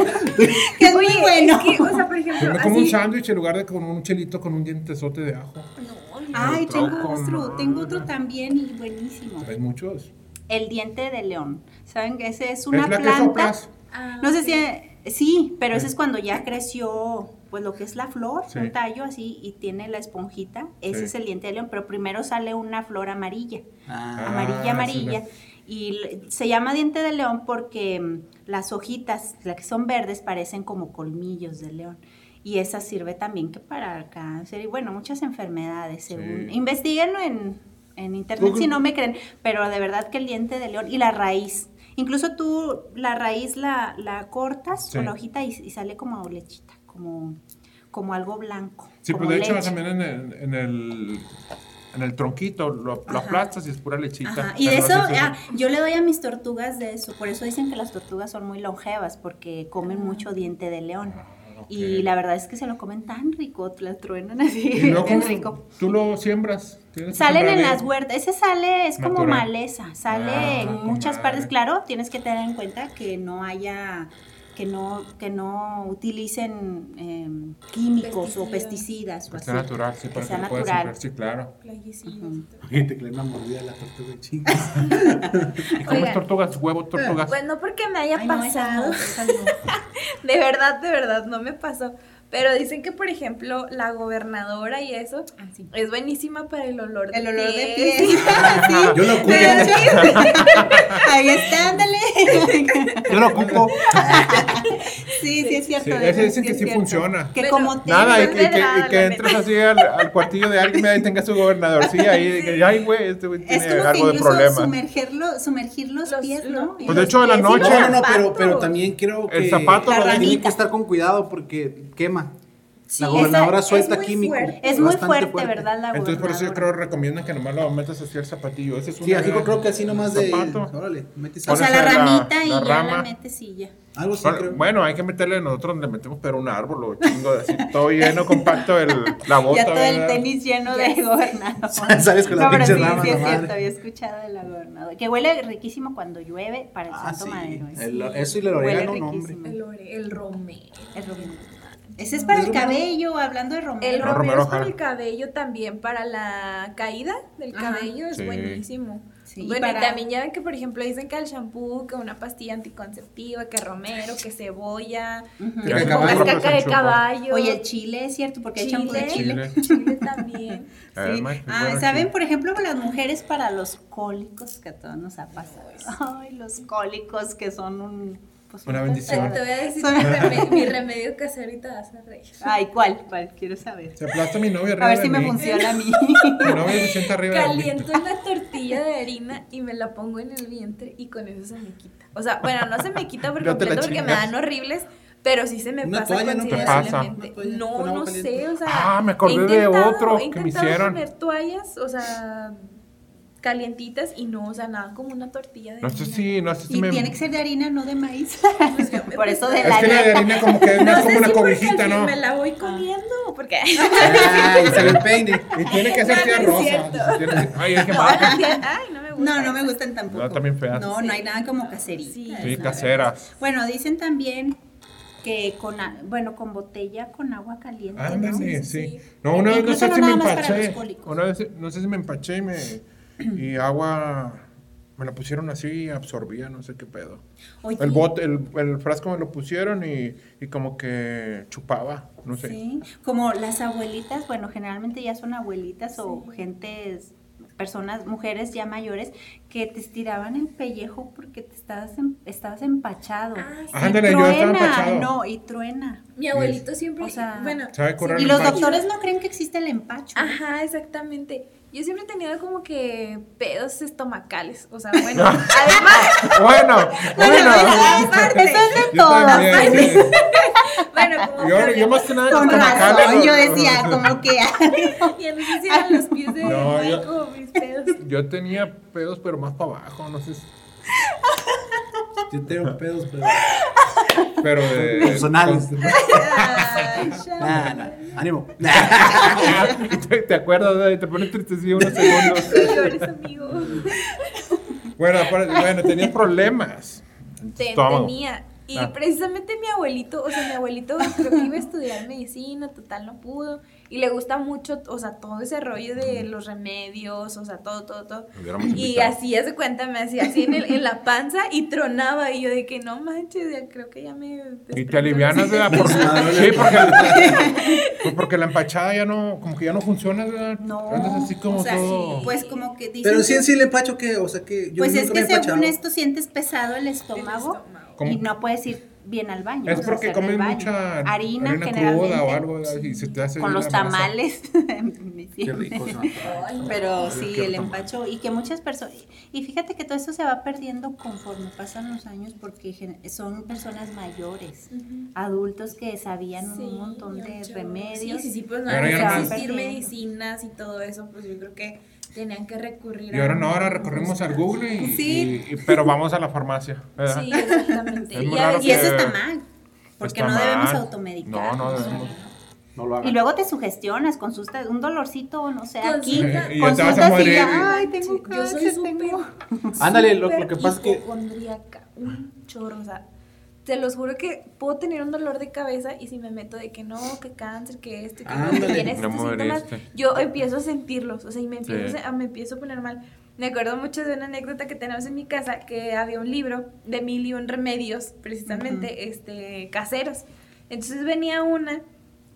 C: Que es muy
D: Oye,
C: bueno.
D: Es que, o sea, por
B: Yo
D: ejemplo,
B: me como un
D: así-
B: sándwich en lugar de con un chelito con un dientesote de ajo.
D: No, no.
C: Ay, tengo
B: Otro,
C: otro,
B: no.
C: tengo otro también y buenísimo.
B: Hay muchos.
C: El diente de león. ¿Saben que ese es una
B: es la que
C: planta?
B: soplas.
D: Ah,
C: No sé
D: ok.
C: si, eh, sí, pero ese es cuando ya creció, pues lo que es la flor,
B: Sí.
C: un tallo así, y tiene la esponjita, ese
B: Sí.
C: es el diente de león, pero primero sale una flor amarilla,
E: Ah,
C: amarilla,
B: sí,
C: amarilla,
B: la-
C: y le- se llama diente de león porque mm, las hojitas, las que son verdes, parecen como colmillos de león. Y esa sirve también que para el cáncer y bueno, muchas enfermedades, según.
B: Sí.
C: Investíguenlo en, en internet
B: Google.
C: si no me creen, pero de verdad que el diente de león y la raíz. Incluso tú la raíz la, la cortas
B: Sí.
C: con la hojita y, y sale como lechita, como, como algo blanco.
B: Sí,
C: como
B: pues de hecho
C: leche.
B: también en el, en el, en el tronquito lo, lo aplastas y es pura lechita.
C: Ajá, Y
B: Pero
C: de eso,
B: no sé si-
C: ah, yo le doy a mis tortugas de eso. Por eso dicen que las tortugas son muy longevas, porque comen mucho diente de león.
B: Ah, ok.
C: Y la verdad es que se lo comen tan rico, las truenan así,
B: Y luego
C: bien rico.
B: tú lo siembras. tienes que
C: Salen en
B: sembrar
C: las
B: bien.
C: huertas, ese sale, es como
B: Natural.
C: maleza, sale
B: Ah,
C: en
B: con
C: muchas
B: madre.
C: partes, claro, tienes que tener en cuenta que no haya, que no, que no utilicen em, químicos o pesticidas o
B: Que
C: así.
B: sea natural, sí, para que,
C: sea
B: lo puedas
C: natural.
B: sembrar, sí, claro.
D: plaguicidas y todo.
E: gente que le da una mordida a la tortuga de chingas.
B: ¿Y comes
D: Oigan.
B: tortugas, huevo, tortugas?
D: Pues no porque me haya
C: Ay, no, esas
D: pasado.
C: no, esas no.
D: De verdad, de verdad, no me pasó. Pero dicen que, por ejemplo, la gobernadora y eso
C: Ah, sí.
D: es buenísima para el olor de
C: El olor de
D: pies.
C: piel. Sí.
E: Yo lo ocupo.
C: Ahí está, ándale.
E: Yo lo ocupo.
C: Sí, sí es cierto.
B: Sí, ese
C: de eso,
B: dicen que
C: es
B: sí
C: cierto.
B: funciona.
C: Que
D: Pero-
C: como te
B: Nada, y
D: es
B: que, y que- y
D: verdad,
B: que
D: la
B: entras así al, al cuartillo de alguien y ahí tenga su gobernador. Sí, ahí, de que, ay, güey, este güey
C: es
B: tiene
C: como que
B: algo de
C: incluso
B: problemas.
C: sumergirlo, sumergir los,
D: Los-
C: pies, ¿no?
D: los-
C: Y
B: Pues de
C: los
B: hecho, en la
C: pies y
B: noche-
C: los
E: No, no, no, pero,
D: zapato.
E: pero también creo que.
B: El zapato,
C: La ranita.
E: Tienen que estar con cuidado porque quema.
D: Sí,
E: La
D: esa-
E: gobernadora
D: es
E: suelta
D: muy
E: químico.
D: fuerte.
C: Es muy
E: bastante
C: fuerte, ¿verdad? La
B: Entonces, por eso yo creo
C: gobernadora.
B: recomiendan que nomás lo metas así al zapatillo. Ese es
E: Sí,
B: una
E: así
B: gran-
E: creo que así nomás de.
B: Zapato.
E: Órale, metes
C: O
E: algo.
C: sea, la
B: Pones la-
C: ramita y
B: la
C: ya la
B: rama.
C: metes y ya.
E: Algo así
B: Bueno,
E: creo.
B: Bueno, hay que meterle, nosotros le metemos pero un árbol, o chingo, así todo lleno, compacto, el, la bota.
C: Ya todo el
B: ¿verdad?
C: tenis lleno de gobernador.
E: Sales con la
C: No, pero
E: pinche
C: sí,
E: rama,
C: sí
E: la
C: es
E: madre.
C: cierto, había escuchado de la gobernadora. Que huele riquísimo cuando llueve para el
E: Ah,
C: santo
E: sí.
C: madero. ¿eh?
E: El- eso y el
C: Huele
E: orégano, no,
C: riquísimo.
D: El, ore- el romero.
C: El romero. Ese es para
E: ¿El
C: el
E: romero?
C: cabello, hablando de romero.
D: El
B: No,
D: romero,
B: romero,
D: es para
B: ojalá.
D: el cabello también, para la caída del
C: Ajá.
D: cabello es
B: Sí.
D: buenísimo.
C: Sí, y
D: bueno, y
C: para-
D: también ya ven que, por ejemplo, dicen que el shampoo, que una pastilla anticonceptiva, que romero, que cebolla,
C: Ujú.
E: Que
D: que
E: caballo.
D: pongas caca
E: Romero
B: es shampoo.
D: de caballo.
C: Oye, el chile es cierto, porque hay champú de
D: Chile.
C: chile.
D: chile también.
B: A ver,
C: Sí.
B: Mike,
C: Ah,
B: Eh, bueno,
C: ¿saben?
B: sí.
C: Por ejemplo, las mujeres para los cólicos, que a todos nos ha pasado. Ay, los cólicos que son un... pues,
B: Una
C: un
B: bendición.
D: Pero te
C: pesar.
D: voy a decir
C: Son-
D: mi remedio, mi remedio casero y te vas a reír.
C: Ay, ¿cuál? ¿Cuál? Quiero saber.
B: Se ¿eh? aplasta mi novia arriba
C: A ver
B: de
C: si me
B: mí.
C: funciona a mí.
B: Mi novia se sienta arriba de mí.
D: Caliento una tortilla de harina y me la pongo en el vientre y con eso se me quita. O sea, bueno, no se me quita por
B: No te la
D: completo porque me
B: chingas.
D: dan horribles, pero sí se me
E: Una
D: pasa
E: toalla, ¿no? Te
B: pasa.
D: considerablemente.
E: Una toalla
D: No,
E: con agua
D: no
E: caliente.
D: sé, o sea.
B: Ah, me acordé
D: he
B: de
D: intentado-
B: otro
D: he
B: que me
D: intentado
B: hicieron.
D: poner toallas, o sea, calientitas y no, o sea, nada como una tortilla de
B: No sé
D: harina.
B: si, no sé si
C: Y
B: me...
C: tiene que ser de harina, no de maíz.
D: yo me
C: Por eso de
B: Es
C: la
B: que la de harina como que es
D: No
B: más
D: sé
B: como
D: si
B: una
D: porque al
B: cobijita,
D: fin
B: ¿no?
D: Me la voy comiendo, porque.
E: Ay, salió el peine.
B: Y tiene que ser
D: No, no
B: tía
D: es
B: rosa.
D: cierto.
B: Tiene- Ay, es que
D: No,
B: marca.
D: no, Ay, no me gusta.
C: No, no me gustan tampoco.
B: No, también feas.
C: No, no hay nada como caserita.
D: Sí.
B: Sí, caseras.
C: Bueno, dicen también que con, a- bueno, con botella con agua caliente. ¿no?
B: Ándale, sí.
D: sí.
B: No, una vez no
C: Incluso
B: sé
C: no
B: si me
C: nada más para
B: empaché.
C: los cólicos.
B: Una vez, no sé si me empaché y me... Y agua... Me la pusieron así y absorbía, no sé qué pedo.
C: Oye,
B: El, bot, el, el frasco me lo pusieron y, y como que chupaba, no sé.
C: Sí, como las abuelitas, bueno, generalmente ya son abuelitas o gentes, personas, mujeres ya mayores, que te estiraban el pellejo porque te estabas, em- estabas empachado.
D: Ah, sí.
B: Ándale, yo estaba empachado.
C: No, y truena.
D: Mi abuelito siempre.
C: O sea,
D: bueno,
B: ¿Sabe correr
C: Y
B: el
C: los
B: empacho?
C: doctores no creen que existe el empacho.
D: Ajá, exactamente. Yo siempre he tenido como que pedos estomacales. O sea, bueno, además,
B: Bueno, bueno.
C: Eso es de
B: Yo
C: todas.
B: también, sí.
D: bueno, como
B: Yo, yo
D: problemas
B: más que nada
C: Con
B: estomacales,
C: razón,
B: no-
C: yo decía, como que. ah.
D: Ya no sé si eran los pies de
B: No,
D: Mike
B: yo-
D: o mis pedos.
B: Yo tenía pedos, pero más para abajo, no sé. si-
E: Yo tengo pedos, pero.
B: Pero de.
E: Personales.
D: Ay, ya.
E: Nah, nah, Ánimo.
B: ¿Te, te acuerdas? ¿verdad? Y Te pones tristecillo unos segundos.
D: No llores, amigo.
B: Bueno, aparte- bueno, tenías problemas.
D: Te-
B: Estómago.
D: tenía. Y
B: Ah.
D: precisamente mi abuelito, o sea, mi abuelito creo que iba a estudiar medicina, total no pudo. Y le gusta mucho, o sea, todo ese rollo de los remedios, o sea, todo, todo, todo.
B: Lo hubiéramos
D: Y
B: invitado.
D: así, hace cuenta, me hacía así en, el- en la panza y tronaba. Y yo de que no manches, ya creo que ya me.
B: Y te alivianas, ¿verdad? Porque- sí, porque, pues porque la empachada ya no, como que ya no funciona, ¿verdad?
C: No,
B: Andas así como
C: o sea,
B: todo.
C: pues como que dicen
E: Pero sí
C: que-
E: en sí le empacho que, o sea que yo
C: pues es que
E: nunca me he empachado.
C: según esto sientes pesado el estómago,
D: estómago.
B: ¿Cómo?
C: y no puedes ir bien al baño. o
B: Es
C: sea,
B: porque
C: hacer del
B: comes
C: baño.
B: mucha
C: harina,
B: cruda o
C: generalmente,
B: algo ¿verdad? y se te hace
C: con
B: la
C: los
B: masa.
C: tamales. me
E: Qué
C: siento.
E: rico, ¿no?
C: Pero
B: Sí,
C: sí,
B: qué
C: el
B: rico.
C: empacho y que muchas personas y fíjate que todo eso se va perdiendo conforme pasan los años porque gen- son personas mayores, adultos que sabían
D: Sí,
C: un montón de
D: mucho.
C: remedios.
D: Sí, sí, sí, pues no,
B: Pero ya no
D: no
B: más.
D: existir medicinas y todo eso, pues yo creo que tenían que recurrir
B: Y ahora no,
D: a-
B: ahora recorrimos al Google y,
C: Sí.
B: y- y- pero vamos a la farmacia, ¿verdad?
D: Sí, exactamente.
B: Es
D: Y
B: muy
D: a
B: raro
D: veces-
C: Y eso
B: que-
C: está mal, porque
B: Está
C: no debemos
B: mal.
C: automedicar.
B: No, no debemos.
E: No lo
C: Y
E: hagan.
C: luego te sugestionas con sus- un dolorcito, o no sé, aquí,
D: Consulta.
B: Y ya te vas a
C: consultas
B: morir.
C: ya, ay, tengo
D: Sí, yo soy
C: cáncer, tengo...
D: súper.
E: Ándale, lo-
D: súper
E: lo que pasa es que-
D: hipocondríaca, un chorro, o sea. Te los juro que puedo tener un dolor de cabeza y si me meto de que no, que cáncer, que este, que no, que
E: Ándale.
D: tienes
B: No
D: estos
B: moriste.
D: síntomas, yo empiezo a sentirlos, o sea, y me empiezo,
B: Sí.
D: a, me empiezo a poner mal. Me acuerdo mucho de una anécdota que tenemos en mi casa, que había un libro de mil y un remedios, precisamente, este, caseros. Entonces venía una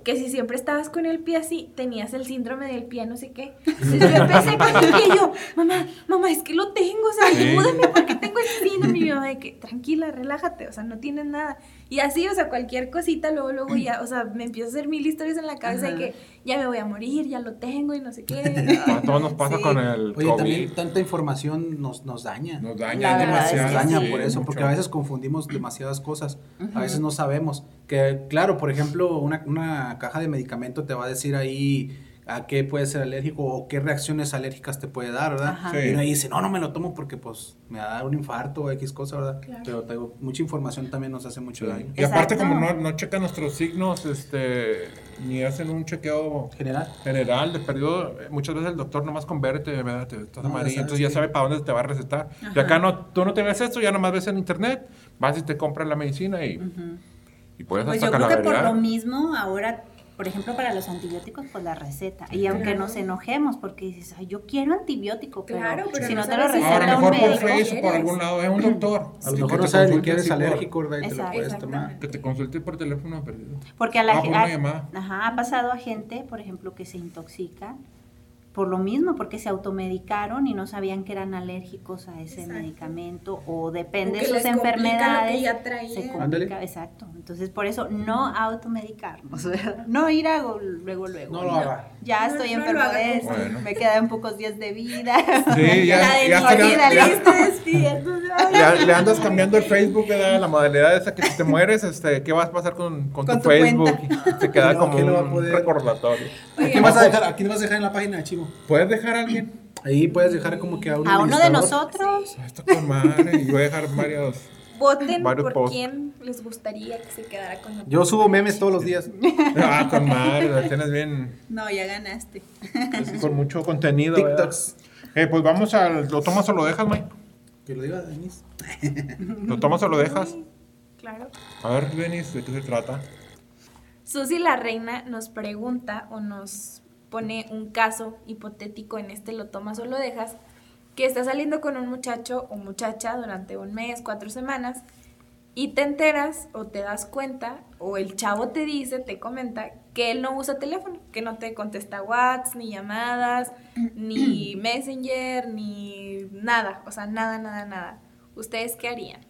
D: que si siempre estabas con el pie así, tenías el síndrome del pie, no sé qué. Entonces yo empecé con el pie y yo, mamá, mamá, es que lo tengo, o sea,
B: Sí.
D: ayúdame porque tengo el síndrome. Y mi mamá de que, tranquila, relájate, o sea, no tienes nada. Y así, o sea, cualquier cosita, luego, luego ya, o sea, me empiezo a hacer mil historias en la cabeza de que ya me voy a morir, ya lo tengo y no sé qué.
B: A todos nos pasa
D: Sí.
B: con el
E: Oye,
B: COVID.
E: también tanta información nos, nos daña.
B: Nos
C: La
B: daña
C: verdad Ah, es que
B: demasiado.
E: Nos daña
B: sí,
E: por eso,
B: mucho.
E: porque a veces confundimos demasiadas cosas. A veces no sabemos. Que, claro, por ejemplo, una, una caja de medicamento te va a decir ahí a qué puede ser alérgico o qué reacciones alérgicas te puede dar, ¿verdad?
C: Ajá.
B: Sí.
E: Y uno ahí dice, no, no me lo tomo porque pues me va a dar un infarto o X cosa, ¿verdad? Pero te digo, mucha información también nos hace mucho daño.
B: Y aparte
C: Exacto.
B: como no, no checan nuestros signos, este, ni hacen un chequeo
E: General.
B: general de periodo, eh, muchas veces el doctor nomás converte, ¿verdad? Te- estás
E: No, ya
B: amarillo,
E: sabes
B: entonces ya
E: que-
B: sabe para dónde te va a recetar. Y acá no, tú no te ves esto, ya nomás ves en internet, vas y te compras la medicina y, y puedes
C: Pues
B: hasta
C: yo creo que por lo
B: calaverear.
C: mismo ahora, por ejemplo, para los antibióticos, pues la receta. Y aunque nos enojemos, porque dices, "Ay, yo quiero antibiótico, pero,
D: Claro, pero
C: si
D: no
C: no, te lo
D: sabes si
B: Ahora
C: receta un
B: mejor por
C: médico.
B: Facebook o por
D: eres.
B: algún lado, es un doctor.
E: A lo
B: que te
E: mejor no sabes ni
B: consulte
E: que eres
B: así por-
E: alérgico, ¿verdad? Y te lo
C: Exacto.
E: puedes tomar.
B: Que te consulte por teléfono perdido.
C: Porque a la
B: Ah,
C: ge-
B: por una
C: a-
B: llamada.
C: ajá, ha pasado a gente, por ejemplo, que se intoxica por lo mismo, porque se automedicaron y no sabían que eran alérgicos a ese
D: Exacto.
C: medicamento o depende de
D: O que
C: sus
D: les complica lo que
C: enfermedades.
D: ya traían.
C: se complica,
E: Ándale.
C: exacto. Entonces, por eso no automedicarnos, ¿verdad? No ir a go- luego, luego.
E: No lo haga.
C: Ya
D: No,
C: estoy
D: no lo
C: enfermo
D: haga
C: de
D: con-
C: esto,
B: Bueno.
C: me quedan pocos días de vida.
B: Sí, ya-
C: La de
B: ya
C: mi
B: se le-
C: vida,
B: ya-
C: listo, despidiendo.
B: Le, le andas cambiando el Facebook, ¿verdad? La modalidad esa que si te mueres, este, ¿qué vas a pasar con, con,
C: Con
B: tu,
C: tu
B: Facebook? Te queda
E: No,
B: como
E: que no va a
B: un
E: poder.
B: recordatorio.
E: ¿A quién vas a dejar? ¿A quién vas a dejar en la página, Chivo?
B: ¿Puedes dejar a alguien?
E: Ahí puedes dejar como que a un
C: A uno de
E: administrador.
C: nosotros.
B: Ah, Está con madre. Y voy a dejar varios.
D: Voten
B: Varios
D: por
B: posts.
D: quién les gustaría que se quedara con la
E: Yo subo memes todos los días.
B: Ah, con madre. La tienes bien.
C: No, ya ganaste.
B: Con mucho contenido. ¿verdad?
E: TikToks.
B: Eh, pues vamos al. ¿Lo tomas o lo dejas, Mike?
E: Que lo diga Denise.
B: ¿Lo tomas o lo dejas?
D: Claro.
B: A ver, Denis, ¿de qué se trata?
D: Susi la reina nos pregunta o nos pone un caso hipotético en este lo tomas o lo dejas, que está saliendo con un muchacho o muchacha durante un mes, cuatro semanas, y te enteras o te das cuenta o el chavo te dice, te comenta que él no usa teléfono, que no te contesta WhatsApp, ni llamadas, ni Messenger, ni nada, o sea, nada, nada, nada. ¿Ustedes qué harían?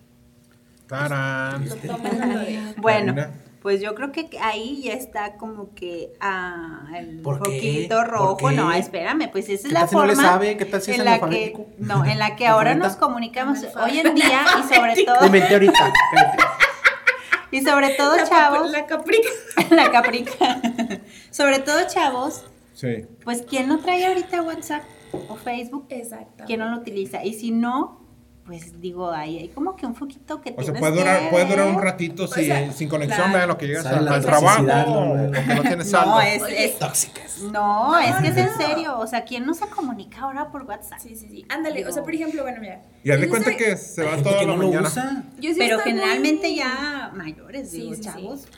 B: Tarán.
D: Lo tomas o lo dejas.
C: Bueno,
B: Karina.
C: pues yo creo que ahí ya está como que ah, el
E: ¿Por qué?
C: poquito
E: ¿Por
C: rojo.
E: qué?
C: No, espérame, pues esa es
E: ¿Qué
C: la
E: tal si no
C: forma
E: le sabe? ¿Qué tal si es
C: en la que
E: analfabético?
C: no, en la que ahora nos
E: Analfabeta.
C: comunicamos hoy
D: Analfabeta.
C: en día y sobre
E: Me
C: todo
E: metí ahorita.
C: y sobre todo
D: La
C: chavos,
D: capri- la caprica.
C: la caprica. sobre todo chavos,
B: Sí.
C: pues quién no trae ahorita WhatsApp o Facebook,
D: Exacto.
C: quién no lo utiliza y si no, pues digo, ahí hay como que un foquito que
B: O sea,
C: tienes
B: puede
C: que
B: durar, puede durar un
C: ver.
B: ratito si-
D: sea,
B: sin conexión,
C: claro.
B: ¿verdad? Lo que llegas
E: Sale
B: al,
E: la
B: al trabajo.
E: toxicidad,
B: o
E: ¿no?
B: que no tienes saldo.
C: No, es,
D: Oye,
C: es-
E: Tóxicas.
C: No, es que es en serio. O sea, ¿quién no se comunica ahora por WhatsApp?
D: Sí, sí, sí. Ándale, o sea, por ejemplo, bueno, mira.
B: Y haz de
D: yo
B: cuenta
D: soy-
B: que se
E: Hay
B: va
E: gente
B: toda
E: que
B: la
E: no lo
B: mañana.
E: usa.
D: yo sí
C: Pero
D: estoy muy-
C: generalmente ya mayores,
D: Sí,
C: digo,
D: sí, sí.
C: chavos.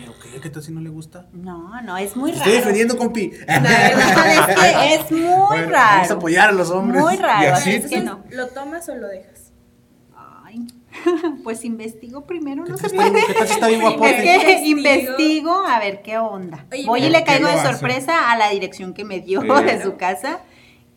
E: ¿Pero qué? ¿Qué tal si no le gusta?
C: No, no, es muy
E: Te
C: raro.
E: estoy defendiendo, compi.
C: La verdad es que es muy
E: Bueno,
C: raro.
E: Vamos a apoyar a los hombres.
C: Muy raro.
B: Y
C: la
B: así-
C: verdad es que no.
D: ¿Lo tomas o lo dejas?
C: Ay, pues investigo primero,
E: ¿Qué
C: no
E: tal
C: se
E: si está-
C: puede.
E: ¿Qué tal si está bien guapote?
C: Es que
D: Investigo.
C: investigo a ver qué onda.
D: Oye,
C: Voy y
B: ¿por
C: le
B: qué lo
C: caigo de
B: hacen?
C: sorpresa a la dirección que me dio
B: Claro.
C: de su casa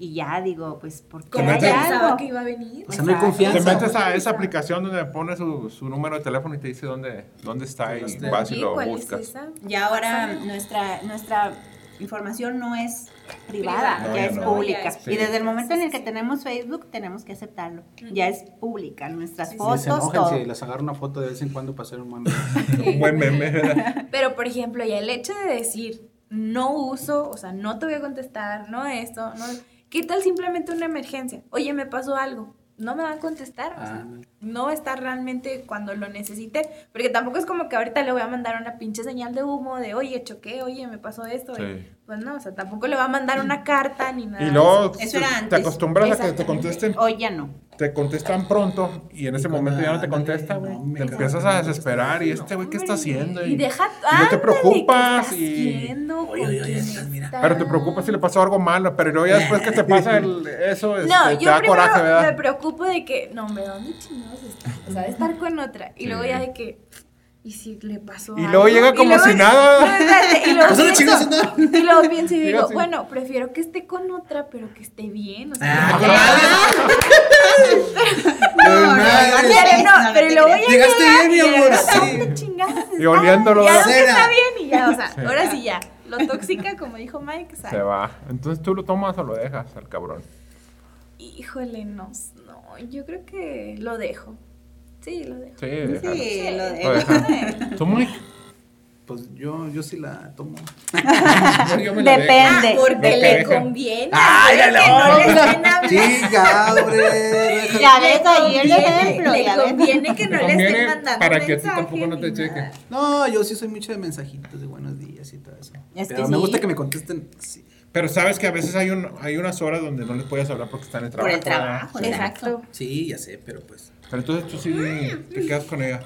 C: y ya digo, pues, ¿por qué
D: ¿Cómo
B: Te
C: hay
B: metes-
D: pensaba
C: algo?
D: que iba a venir?
E: O sea, no hay
B: Te
E: confianza.
B: metes a esa aplicación donde pone su, su número de teléfono y te dice dónde, dónde está y
E: Oye,
B: vas y lo
D: Pues, ¿cuál
B: buscas.
D: es esa?
C: Y ahora
D: Pásame.
C: nuestra, nuestra información no es privada,
D: Privada.
B: No,
C: ya
B: ya
C: es
B: no.
C: pública.
D: Ya es
C: Y desde el
D: pública,
C: momento
D: sí,
C: en el que
D: sí.
C: tenemos Facebook tenemos que aceptarlo. Ya es pública, nuestras
D: Sí, sí,
E: Y
C: fotos,
E: se enojan
C: todo.
E: si les agarro una foto de vez en cuando para hacer un mame.
B: Un buen meme, ¿verdad?
D: Pero, por ejemplo, ya el hecho de decir, no uso, o sea, no te voy a contestar, no esto, no... ¿Qué tal simplemente una emergencia? Oye, me pasó algo. No me van a contestar. o sea,
E: Ah.
D: no va a estar realmente cuando lo necesite. Porque tampoco es como que ahorita le voy a mandar una pinche señal de humo de, oye, choqué, oye, me pasó esto.
B: Sí.
D: y- Pues no, o sea, tampoco le va a mandar una carta ni nada.
B: Y luego
C: Eso era
B: te- te
C: antes.
B: acostumbras a que te
D: Exactamente.
B: contesten.
C: Hoy ya no.
B: Te contestan pronto y en ese
E: con
B: momento ya no te
E: ándale,
B: contesta, güey.
E: no, me
B: te
E: cago,
B: empiezas
E: no me
B: a
E: contesta,
B: desesperar y
E: no.
B: este güey, ¿qué está haciendo?
D: Y deja...
B: y no te
D: ándale,
B: preocupas
D: ¿qué
B: y-
D: estás haciendo?
E: Oye,
D: ¿Con
E: oye, oye,
D: quién
E: estás, mira.
D: estás?
B: Pero te preocupas si le pasó algo malo, pero luego ya después que te pasa el- eso, este,
D: No,
B: te
D: yo
B: da
D: primero
B: coraje,
D: me
B: ¿verdad?
D: preocupo de que, no, hombre, ¿dónde chingados está? O sea, de estar con otra. Y luego ya de que, ¿y si le pasó
B: Y
D: algo?
B: luego llega como si nada.
D: No, espérate, y luego
E: Pues no le
D: pienso-
E: chingas a
D: Y luego pienso y
B: Llega
D: digo,
B: así.
D: bueno, prefiero que esté con otra, pero que esté bien. O sea,
E: Ah, con madre. Con madre.
D: pero Ah, no, pero luego ya
E: Llegaste
D: llega
E: bien, mi
D: y de
E: amor,
D: verdad,
E: sí.
D: ¿dónde chingados está?
B: Y oliéndolo,
D: Ya
B: ¿verdad?
D: dónde está
E: Cera.
D: bien y ya, o sea, ahora sí ya. Lo tóxica, como dijo Mike, sale.
B: Se va. Entonces tú lo tomas o lo dejas al cabrón.
D: Híjole, no, no, yo creo que lo dejo. Sí, eh, lo dejo.
B: Sí, déjalo.
C: Sí, lo
D: Sí.
B: Lo
C: dejo.
B: dejas. Tú muy.
E: Pues yo, yo sí la tomo.
B: yo me la dejo.
C: Depende.
D: Ah, Porque
B: Lo
D: le
B: deja.
D: conviene.
E: ¡Ay,
D: que
E: la
D: no le estén
E: loca!
D: hablando.
E: ¡Chica, hombre!
C: Ya ves ahí el ejemplo.
D: Le
C: ya ves.
D: conviene que no le estén mandando mensaje ni
B: chequen.
D: nada.
E: No, yo sí soy mucho de mensajitos de buenos días y todo eso.
C: Es que
E: Pero me
C: sí.
E: gusta que me contesten. Sí.
B: Pero sabes que a veces hay, un, hay unas horas donde no les puedes hablar porque están en el
C: Por
B: trabajo.
C: el trabajo. ¿eh?
B: ¿verdad? Sí.
D: Exacto.
E: Sí, ya sé, pero pues.
B: Pero entonces tú sí te quedas con ella.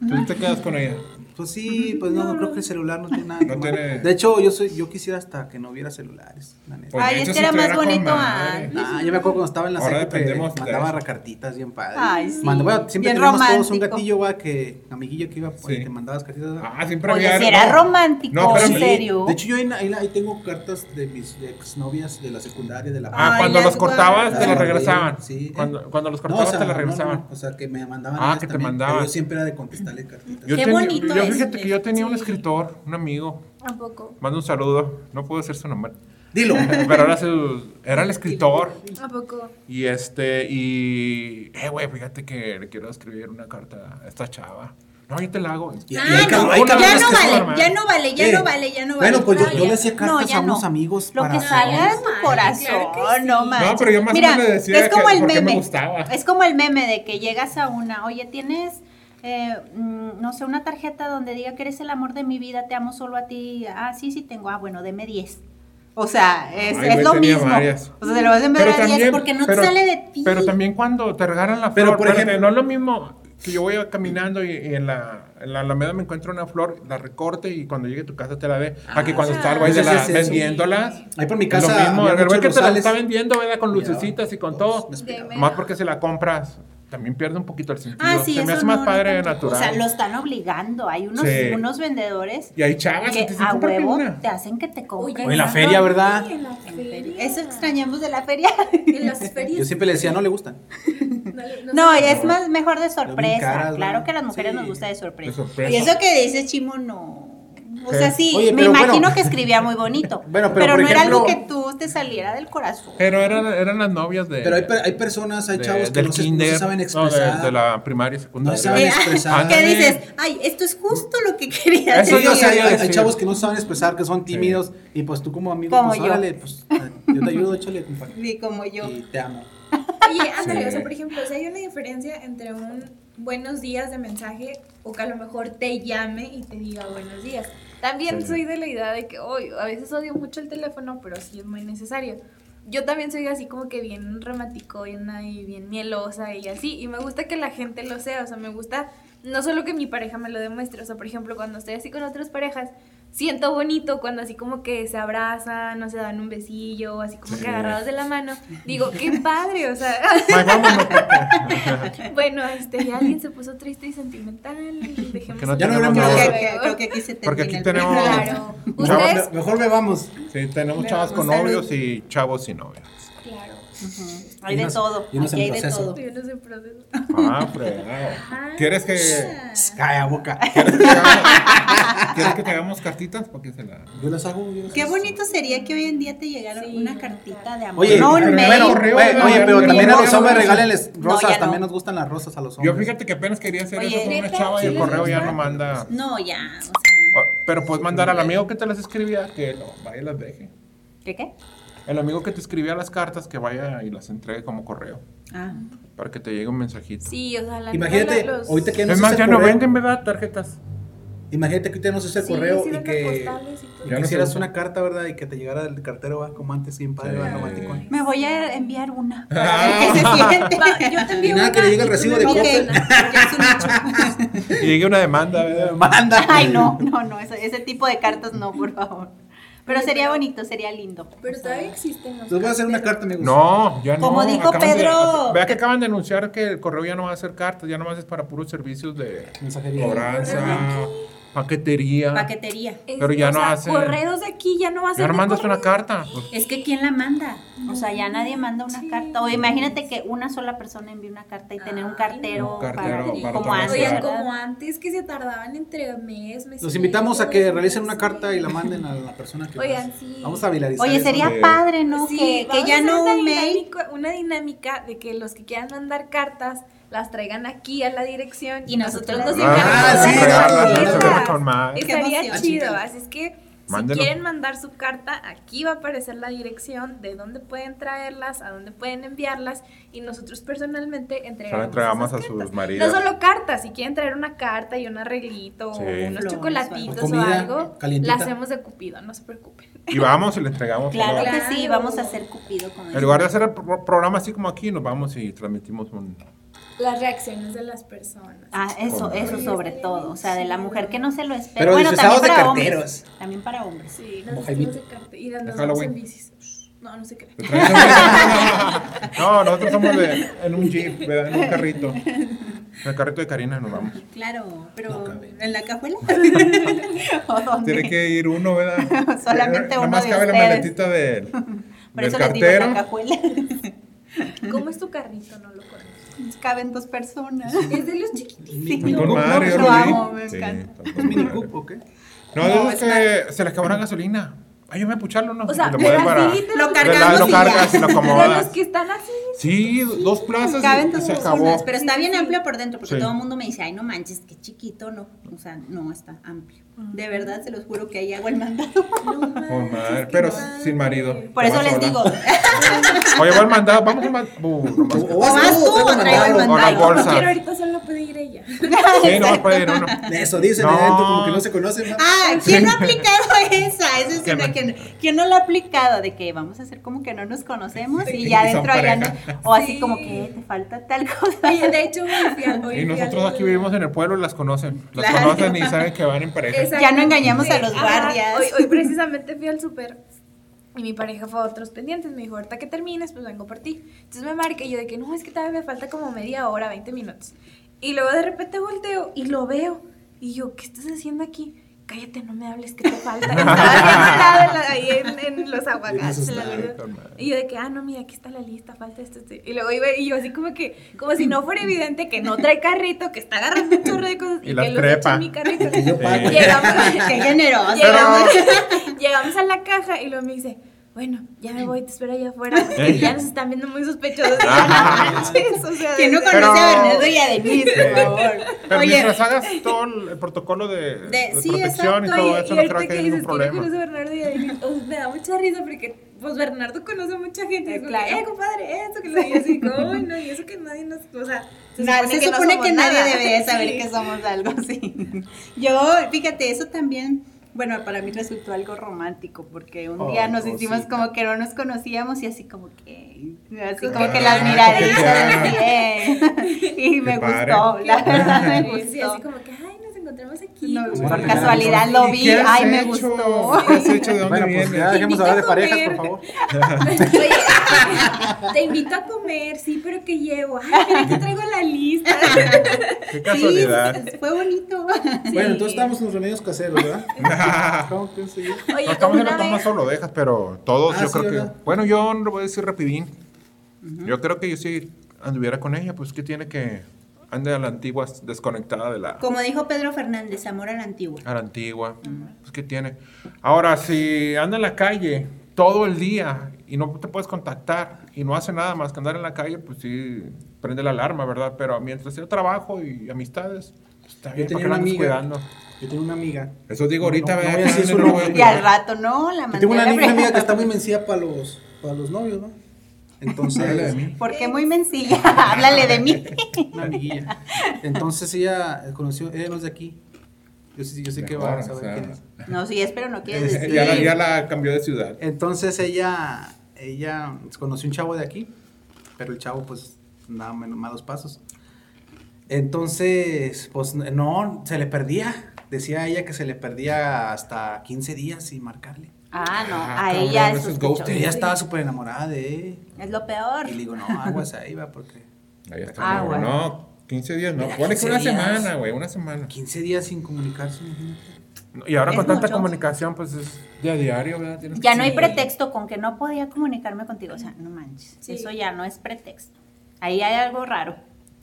C: Mm.
B: Tú te quedas con ella.
E: Pues sí, pues no, creo que el celular no tiene nada. que
B: No
E: ver.
B: tiene-
E: De hecho, yo soy, yo quisiera hasta que no hubiera celulares, la neta.
B: Pues,
C: Ay,
B: de
C: es
B: hecho,
C: que
B: sí
C: era más
B: estuviera con
C: bonito
B: madre.
C: antes.
E: Ah, yo me acuerdo cuando estaba en la
B: Ahora
E: secu que
B: dependemos de
E: mandaba
B: eso.
E: cartitas bien padre.
C: Ay, sí.
E: Mandaba- siempre
C: Bien
E: teníamos todos un
C: romántico.
E: gatillo, va, que amiguillo que iba pues,
B: Sí.
E: te mandabas cartitas. va.
B: Ah, siempre
C: Oye,
B: había.
C: si era
B: no.
C: romántico,
B: No,
C: en
B: espérame.
C: serio.
E: De hecho, yo ahí, ahí- ahí tengo cartas de mis exnovias de la secundaria, de la
B: Ah,
C: Ay,
B: cuando
C: las
B: los cortabas, te
E: guardas.
B: las regresaban.
E: Sí, eh.
B: Cuando, cuando los
E: No, o
B: cortabas,
E: sea,
B: te las
E: no,
B: regresaban.
E: no, o sea, que me mandaban.
B: Ah,
E: ellas
B: que te
E: también,
B: mandaban.
E: pero Yo siempre era de contestarle cartitas.
B: Yo
C: Qué
B: tenía-
C: bonito
B: Yo
C: es,
B: fíjate que yo tenía un
D: sí.
B: escritor, un amigo.
D: Tampoco.
B: Mando un saludo. No puedo decir su nombre.
E: Dilo.
B: Pero era, su- era el escritor.
D: ¿A poco?
B: Y este, y. Eh, güey, fíjate que le quiero escribir una carta a esta chava. No, yo te la hago.
E: Y- y
C: Ah,
E: hay cab-
C: no,
E: hay
B: ya
E: cabrones
B: no
E: que son
B: vale,
E: armados.
C: ya no vale, ya
E: Eh,
C: no vale, ya no vale.
E: Bueno, pues yo, yo
C: Ah,
E: le hacía
C: ya.
E: cartas
C: No, ya
E: a unos
C: no.
E: amigos.
C: Lo
E: para
C: que salga de
E: hacer-
C: tu
D: claro
C: corazón,
D: que
C: no
D: sí.
C: manches.
B: No, pero yo más o
C: Mira,
B: menos le decía
C: es como
B: que-
C: el
B: por qué me
C: meme.
B: gustaba.
C: Es como el meme de que llegas a una, oye, tienes, eh, mm, no sé, una tarjeta donde diga que eres el amor de mi vida, te amo solo a ti. Ah, sí, sí tengo. Ah, bueno, deme 10. O sea, es,
B: Ay,
C: es
B: güey,
C: lo
B: tenía
C: mismo.
B: varias.
C: O sea, te lo vas a enviar a 10 porque no
B: pero-
C: te sale de ti.
B: Pero también cuando te regalan la
E: Pero,
B: flor.
E: por
B: espérate,
E: ejemplo-
B: no es lo mismo que yo voy caminando y, y en, la, en la alameda me encuentro una flor, la recorte y cuando llegue a tu casa te la dé. a que cuando está
C: Ah.
B: el güey
E: Pues
B: de
E: ese
B: la-
E: es eso.
B: vendiéndolas.
E: Ahí por mi
B: Es lo
E: casa.
B: mismo.
E: había
B: El güey
E: muchos
B: que te la
E: rosales.
B: está vendiendo, ¿verdad? Con
E: Miraba,
B: lucecitas y con
E: todos
B: todo.
E: me esperaban.
D: De-
B: Más porque si la compras, también pierde un poquito el sentido.
C: Ah, sí,
B: Se me
C: eso
B: hace más
C: no, no
B: padre
C: tanto.
B: natural.
C: O sea, lo están obligando. Hay unos,
B: Sí.
C: unos vendedores
B: Y hay chavas que
C: que
B: te dicen,
C: a
B: "Cómprate
C: huevo
B: una".
C: te hacen que te compres.
E: en la
D: exacto.
E: feria, ¿verdad?
D: Sí, en la feria.
C: Eso extrañamos de la feria.
D: En las ferias.
E: Yo siempre le decía, no le gustan.
D: No, le- no
C: No,
D: sé.
C: y es más mejor de
E: bien
C: sorpresa.
E: caras,
C: claro
E: ¿verdad?
C: que a las mujeres
E: Sí.
C: nos gusta de sorpresa.
B: De sorpresa.
C: Y eso que dices, Chimo, no. O
B: Sí.
C: sea, sí,
E: Oye,
C: me
E: pero
C: imagino
E: bueno.
C: que escribía muy bonito.
E: Bueno, pero
C: pero
E: por
C: no era algo que
E: ejemplo-
C: tú te saliera del corazón.
B: Pero eran, eran las novias de.
E: Pero hay, per- hay personas, hay
B: de-
E: chavos que
B: del
E: no se, no se
B: kinder,
E: saben
B: no, de-
E: expresar.
B: de, la primaria y secundaria.
E: No saben
C: Eh,
E: expresar.
C: que
B: Ándale.
C: dices, ay, esto es justo lo que quería
B: Eso
E: Sí,
B: yo
E: o sea, hay,
B: quería
E: hay
B: decir.
E: chavos que no saben expresar, que son tímidos. Y pues tú como amigo,
C: Como
E: pues
C: yo.
E: órale, pues yo te ayudo, échale, compadre.
C: Ni como yo.
E: Y te amo.
D: Oye, ándale,
B: Sí.
D: o sea, por ejemplo, si hay una diferencia entre un buenos días de mensaje o que a lo mejor te llame y te diga buenos días. También
B: Sí.
D: soy de la idea de que hoy a veces odio mucho el teléfono, pero sí es muy necesario. Yo también soy así como que bien romántico, bien ahí, bien mielosa y así. Y me gusta que la gente lo sea, o sea, me gusta No solo que mi pareja me lo demuestre, o sea, por ejemplo, cuando estoy así con otras parejas, siento bonito cuando así como que se abrazan, o se dan un besillo, o así como
B: Sí.
D: que agarrados de la mano. Digo, qué padre, o sea.
B: Ay, vámonos.
D: bueno, este, ya alguien se puso triste y sentimental. Dejemos
B: Que no
E: Ya no
B: tenemos
E: hablamos
B: nada.
E: de-
D: Creo
C: Creo que, creo que aquí se termina.
B: Porque aquí
C: el
B: tenemos-
C: programa.
D: Claro.
B: Chavos,
D: Ustedes,
E: Mejor, mejor bebamos.
B: Sí, tenemos
D: Le
B: chavas
D: damos
B: con
D: salud.
B: novios y chavos sin novios.
D: claro.
C: Ujú. Hay
E: Y
C: de
E: unos-
C: todo.
E: y unos
C: Aquí
E: en
C: hay de
E: proceso.
C: todo.
D: Yo no sé proceso.
B: Ah, fregado. ¿Quieres
C: Ah.
B: que,
E: Pues, Calla boca.
B: ¿quieres, que hagamos- ¿Quieres que te hagamos cartitas? Porque se la.
E: Yo las hago. yo las
C: Qué
E: hago.
C: bonito sería que hoy en día te llegara
D: Sí.
C: una cartita de amor.
E: Oye,
C: no un
B: pero
C: mail.
E: bueno,
B: correo,
E: bueno,
B: ¿no?
E: oye, pero
B: Ni
E: también a los
B: correo,
E: hombres
B: no.
E: regálenles
C: No,
E: rosas,
C: ya no.
E: también nos gustan las rosas a los hombres.
B: Yo fíjate que apenas quería hacer
C: Oye,
B: eso con una
D: ¿neta?
B: chava y el
D: ¿Sí les
B: correo ya
D: gusta?
B: no manda.
C: No, ya, o sea.
B: O- Pero puedes mandar al amigo que te las escribía que lo vaya y las deje.
C: ¿Qué qué?
B: El amigo que te escribía las cartas que vaya y las entregue como correo.
C: Ah.
B: Para que te llegue un mensajito.
D: Sí, o sea, la
E: Imagínate,
D: neta, los-
E: ahorita que no
B: es
E: se
B: más,
E: usa
B: ya
E: el
B: no
E: correo,
B: venden, ¿verdad? Tarjetas.
E: Imagínate que ahorita no se usa el
D: Sí,
E: correo
D: sí
E: y
D: venden
E: que,
D: postales y todo.
E: y
B: Ya
E: que
B: no se
E: hicieras
B: usa.
E: una carta, ¿verdad? Y que te llegara el cartero, va, como antes, bien padre, va,
B: Sí.
E: romántico.
B: Ay.
C: Me voy a enviar una para ver qué se siente.
D: pues Va, yo te envío
E: Y nada,
D: una
E: que le llegue el
D: y tú
E: Ah. recibo
D: me
E: de
C: Ok,
D: mandas
E: coca.
D: una.
C: porque es un hecho.
B: Y llegue una demanda, ¿verdad?
E: Manda.
C: Ay, no, no, no, ese, ese tipo de cartas no, por favor. Pero sería bonito, sería lindo.
D: Pero todavía existen los
E: Les voy a hacer una carta, me gusta.
B: No, ya no.
C: Como dijo
B: acaban de-
C: Pedro,
B: ac- vea que
C: que-
B: acaban de anunciar que el correo ya no va a hacer cartas, ya nomás es para puros servicios de
E: Mensajería.
B: cobranza, paquetería.
C: Paquetería.
D: Es-
B: Pero ya
D: o
B: no
D: sea,
B: hacen-
D: Correos de aquí ya no vas a
B: Ya no
D: de
B: mandas
D: correo.
B: una carta. pues,
C: Es que ¿quién la manda? O sea, ya nadie manda una
D: Sí.
C: carta. O imagínate que una sola persona envíe una carta y tener un
D: Ay,
C: cartero,
B: Un cartero
C: para,
B: para
C: como
B: todas
C: antes.
D: Oigan,
B: las-
C: ¿verdad?
D: como antes que se tardaban entre mes, mes. y
E: Los
D: medio,
E: invitamos a que
D: dos
E: realicen una
D: meses.
E: carta y la manden a la persona que
D: Oigan,
E: más.
D: sí.
E: Vamos a viralizar
C: Oye,
E: eso.
C: sería
B: Sí.
C: padre, ¿no?
D: Sí,
C: que, que
D: vamos a
C: ya
D: hacer
C: no
D: una
C: un mail.
D: dinámica- Una dinámica de que los que quieran mandar cartas las traigan aquí a la dirección
C: Y nosotros
D: las-
C: nos
B: Ah,
E: sí,
D: las-
E: regalas,
D: las-
E: eso
D: las-
E: es
B: con madre.
C: Qué
D: Estaría
C: emoción.
D: chido, así es que si
B: Mándenlo.
D: quieren mandar su carta, aquí va a aparecer la dirección de dónde pueden traerlas, a dónde pueden enviarlas y nosotros personalmente entregamos,
B: entregamos
D: esas
B: a sus
D: cartas.
B: maridos.
D: No solo cartas, si quieren traer una carta y un arreglito
B: Sí.
D: o unos
C: Flores,
D: chocolatitos
E: o
D: o,
E: comida
D: algo,
E: calientita.
D: la hacemos de cupido, no se preocupen.
B: Y vamos y le entregamos.
C: Claro
B: todo.
C: que
D: Claro.
C: sí, vamos a hacer Cupido con
B: En lugar de hacer el pro- programa así como aquí, nos vamos y transmitimos un...
D: Las reacciones de las personas.
C: Ah, eso, eso sobre todo. O sea, de la mujer que no se lo espera.
E: Pero
C: bueno,
E: disfrazados
C: también
E: de
C: para
E: carteros.
C: hombres. También para hombres.
D: Sí,
E: Como
D: las
E: Jaimito.
D: vestimos de carta y las
B: De
D: nos vamos
B: Halloween.
D: en bicis. Shh, No, no se crean.
B: No, nosotros somos de- en un jeep, ¿verdad? en un carrito. En el carrito de Karina nos vamos.
C: Claro,
E: No
C: pero
E: cabe.
C: en la cajuela. ¿O dónde?
B: Tiene que ir uno, ¿verdad?
C: Solamente
B: Nada
C: uno
B: más
C: de
B: cabe la
C: ustedes.
B: maletita del,
C: Por
B: del
C: eso les digo en la
B: cartero.
C: cajuela.
D: ¿Cómo es tu carrito? No lo conozco.
C: Caben dos personas.
D: Es de los chiquititos.
B: Y
E: Mini
B: con
E: cup,
B: madre,
E: ¿no?
B: yo
C: lo
B: lo vi.
C: amo, me
B: Sí,
C: encanta.
B: está con
E: ¿Es mini
B: madre.
E: cup o qué?
B: No,
C: No,
B: de esos
C: es
B: que se les acabó la gasolina. Ayúdame a pucharlo, ¿no?
D: O sea,
B: Y lo mueves
D: pero
B: para-
D: así
C: Lo
D: te los-
C: cargamos
B: lo
C: y
B: cargas
C: ya.
B: y lo
D: Pero los
B: acomodas.
D: que están así.
B: Sí, dos plazas
C: Caben
B: y, y
C: dos
B: se
C: personas,
B: acabó.
C: pero está bien amplio por dentro, porque
B: Sí.
C: todo el mundo me dice, ay, no manches, qué chiquito, no, o sea, no está amplio.
D: Ah.
C: De verdad, se los juro que ahí hago el mandado.
B: Con madre, pero sin marido.
C: Por eso
B: Vas
C: les
B: sola.
C: digo,
B: Oye, va el mandado, vamos al mandado. Uh, no más.
E: O
C: vas tú o traigo el
B: O la
C: mandado.
B: bolsa.
D: Quiero ahorita solo pedir ella.
B: Sí, no, puede ir uno.
E: Eso dicen,
B: No.
E: eh, tú como que no se conocen. ¿no?
C: ah, ¿quién no ha aplicado esa? Esa es
B: Que
C: una
B: no.
C: que no- ¿Quién no la ha aplicado? De que vamos a hacer como que no nos conocemos y ya
B: Y son
C: adentro allá no,
B: pareja.
C: o así
D: Sí.
C: como que te falta tal cosa.
D: Oye, de hecho, hoy fui al- hoy
B: Y
D: fui
B: nosotros
D: al-
B: aquí vivimos en el pueblo, las conocen. Las
C: Claro.
B: conocen y saben que van en pareja.
D: Exactamente.
C: Ya no engañamos a los
D: Ajá.
C: guardias.
D: Hoy, hoy precisamente fui al súper y mi pareja fue a otros pendientes. Me dijo, ahorita que termines, pues vengo por ti. Entonces me marca y yo de que no, es que todavía me falta como media hora, 20 minutos. Y luego de repente volteo y lo veo. Y yo, ¿qué estás haciendo aquí? Cállate, no me hables, que te falta. Y estaba bien helado en la- ahí en, en los aguacates. la
E: asustaba,
D: verdad.
B: con madre.
D: Y yo de que, ah, no, mira, aquí está la lista, falta esto, esto. Y luego iba y yo así como que, como si no fuera evidente que no trae carrito, que está agarrando un chorro de cosas
B: Y
D: y,
B: las
D: que los echa
B: trepa.
D: en mi carrito.
E: Y yo pago.
D: Llegamos,
C: Qué generoso.
D: llegamos, llegamos a la caja y luego me dice, bueno, ya me voy, te espero allá afuera. porque ya nos están viendo muy sospechosos. Y yo, "No manches", o sea,
C: ¿Quién no
D: de-
C: conoce
B: Pero-
C: a Bernardo y a Denise, por
B: Sí.
C: favor?
B: Pero
C: Oye,
B: mientras hagas todo el, el protocolo de, de
C: sí,
B: protección y
D: Oye,
B: todo eso, no creo
D: ahorita
B: que haya ningún
D: dices este "Pues que no
B: problema.
D: conoce a Bernardo y a Denise, pues, me da mucha risa porque pues Bernardo conoce a mucha gente. Y
C: Eh,
D: es como,
C: claro.
D: eh, compadre, esto que lo y así, como, "Ay, no, y eso que nadie nos, o sea,
C: Na- se supone que,
D: no somos
C: nadie
D: nada".
C: debería saber
D: Sí.
C: que somos algo así. Yo, fíjate, eso también Bueno, para mí resultó algo romántico porque un
E: Ay,
C: día nos hicimos
E: cosita.
C: como que no nos conocíamos y así como que así como
B: Ah,
C: que las
B: qué
C: miraditas
B: padre.
C: eh, y me
B: Qué padre.
C: gustó, la verdad me
D: Y sí, así
C: gustó.
D: como que, ay, nos encontramos aquí.
C: No,
D: como
E: Como
C: por
E: una
C: casualidad
E: mirada,
C: lo
B: ¿Y
C: vi,
B: qué has
C: ay me
B: hecho?
C: gustó.
B: ¿Qué has hecho? ¿De dónde
E: Bueno,
B: vienes?
E: pues ya dejemos
D: Invito
E: hablar de
D: a
E: parejas,
D: comer.
E: por favor.
D: Oye, te invito a comer, sí, pero que llevo. Ay, mira, que traigo la lista.
B: Qué
C: Sí,
B: casualidad.
C: fue bonito.
E: Bueno, entonces estamos en los remedios caseros, ¿verdad? ¿Cómo pienso yo?
D: Oye,
B: No
D: como
B: estamos en
D: una
B: la toma
D: vez,
B: solo dejas, pero todos
E: Ah,
B: yo
E: sí,
B: creo
E: ¿verdad?
B: que. Bueno, yo lo voy a decir rapidín. Yo creo que yo sí anduviera con ella, pues que tiene que. Ande a la antigua, desconectada de la.
C: Como dijo Pedro Fernández, amor a la antigua.
B: A la antigua. Pues que tiene. Ahora, si anda en la calle todo el día y no te puedes contactar y no hace nada más que andar en la calle, pues sí, prende la alarma, ¿verdad? Pero mientras yo trabajo y amistades, pues está bien,
E: Yo
B: ¿para qué
E: tenía
B: la
E: una
B: andas
E: amiga.
B: cuidando?
E: Yo tenía una amiga.
B: Eso digo ahorita,
E: No, no
B: ¿verdad?
E: voy a decir su
B: No voy a
E: nombre.
B: cuidar.
C: Y al rato no, la
E: Yo
C: mandé
E: tengo una
C: a la
E: amiga, una amiga que
C: fregada.
E: está muy mencía para los, para los novios, ¿no?
B: Háblale de
E: Entonces,
B: mí.
C: Porque muy mencilla, háblale de mí.
E: una amiguilla. Entonces ella conoció, ella no es de aquí. Yo sé, yo sé que va a
B: Mejor,
E: saber
B: o sea,
E: quién es.
C: No, sí, espero no quieres
E: Este,
C: decir.
B: Ya la, ya la cambió de ciudad.
E: Entonces ella, ella conoció un chavo de aquí, pero el chavo pues nada menos malos pasos. Entonces, pues no, se le perdía. Decía ella que se le perdía hasta 15 días sin marcarle.
C: Ah, no,
B: Ah,
C: ahí
B: cabrón,
C: ya
B: eso
C: es
B: es
C: sospechoso.
B: ghosting.
E: Ella estaba súper enamorada de él.
C: Es lo peor.
E: Y le digo, no, aguas ahí va, porque
B: Ahí está.
C: Ah,
B: no,
C: bueno.
B: No, 15 días, no.
E: Mira,
B: Pone que
E: 15
B: una
E: días.
B: semana, güey, una semana.
E: 15 días sin comunicarse. imagínate.
B: No, Y ahora
C: Es
B: con tanta
C: mucho.
B: comunicación, pues es día a diario, ¿verdad? Tienes
C: Ya no hay
B: Sí.
C: pretexto con que no podía comunicarme contigo. O sea, no manches.
D: Sí.
C: Eso ya no es pretexto. Ahí hay algo raro.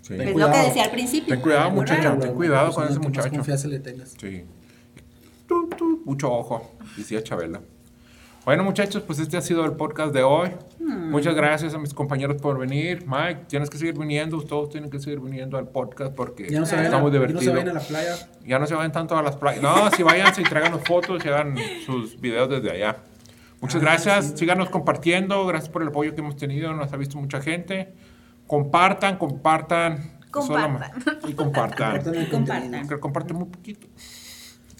B: Sí.
C: Es lo que
E: cuidado.
C: decía al principio.
B: Ten cuidado,
C: Algo
B: muchacha,
C: raro.
B: ten cuidado
E: La
B: con
E: persona
B: ese
E: pues, que más
B: muchacho.
E: confianza le tengas.
B: Sí. Tu, tu, mucho ojo, decía Chabela. Bueno, muchachos, pues este ha sido el podcast de hoy.
E: Hmm.
B: Muchas gracias a mis compañeros por venir. Mike, tienes que seguir viniendo. Todos tienen que seguir viniendo al podcast porque
E: Ya no se vayan,
B: estamos
E: a, ya no se
B: divertidos.
E: vayan a la playa.
B: Ya no se vayan tanto a las playas. No, si vayan, si traigan las fotos, y hagan sus videos desde allá. Muchas
E: Ah,
B: gracias. Síganos compartiendo. Gracias por el apoyo que hemos tenido. Nos ha visto mucha gente. Compartan, compartan. Eso es lo más- Y compartan.
E: Compartan el
C: Compartan.
E: contenido.
B: Que comparten muy poquito.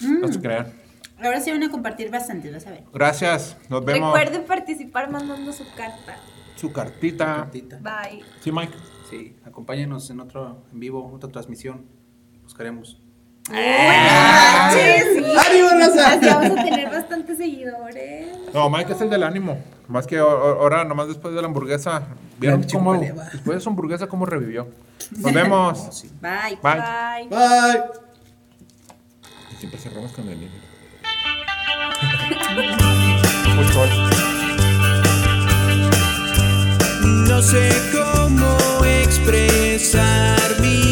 B: No se crean.
C: Ahora sí van a compartir bastante, vas a ver.
B: Gracias. Nos vemos.
D: recuerden participar mandando su carta.
B: Su cartita.
E: Cortita.
D: Bye.
B: Sí, Mike.
E: Sí, acompáñenos en otro en vivo, otra transmisión. Buscaremos.
D: ¡Arriba, raza! Así vamos a tener bastantes seguidores.
B: No, Mike es el del ánimo. Más que o- o- ahora, nomás después de la hamburguesa. ¿Vieron
E: La chico
B: cómo?
E: pelea, va.
B: Después de su hamburguesa, cómo revivió. Nos vemos.
E: No, sí.
C: Bye.
B: Bye.
D: Bye.
E: Bye.
B: Y siempre cerramos con el niño. Mucho sol.
F: No sé cómo expresar mi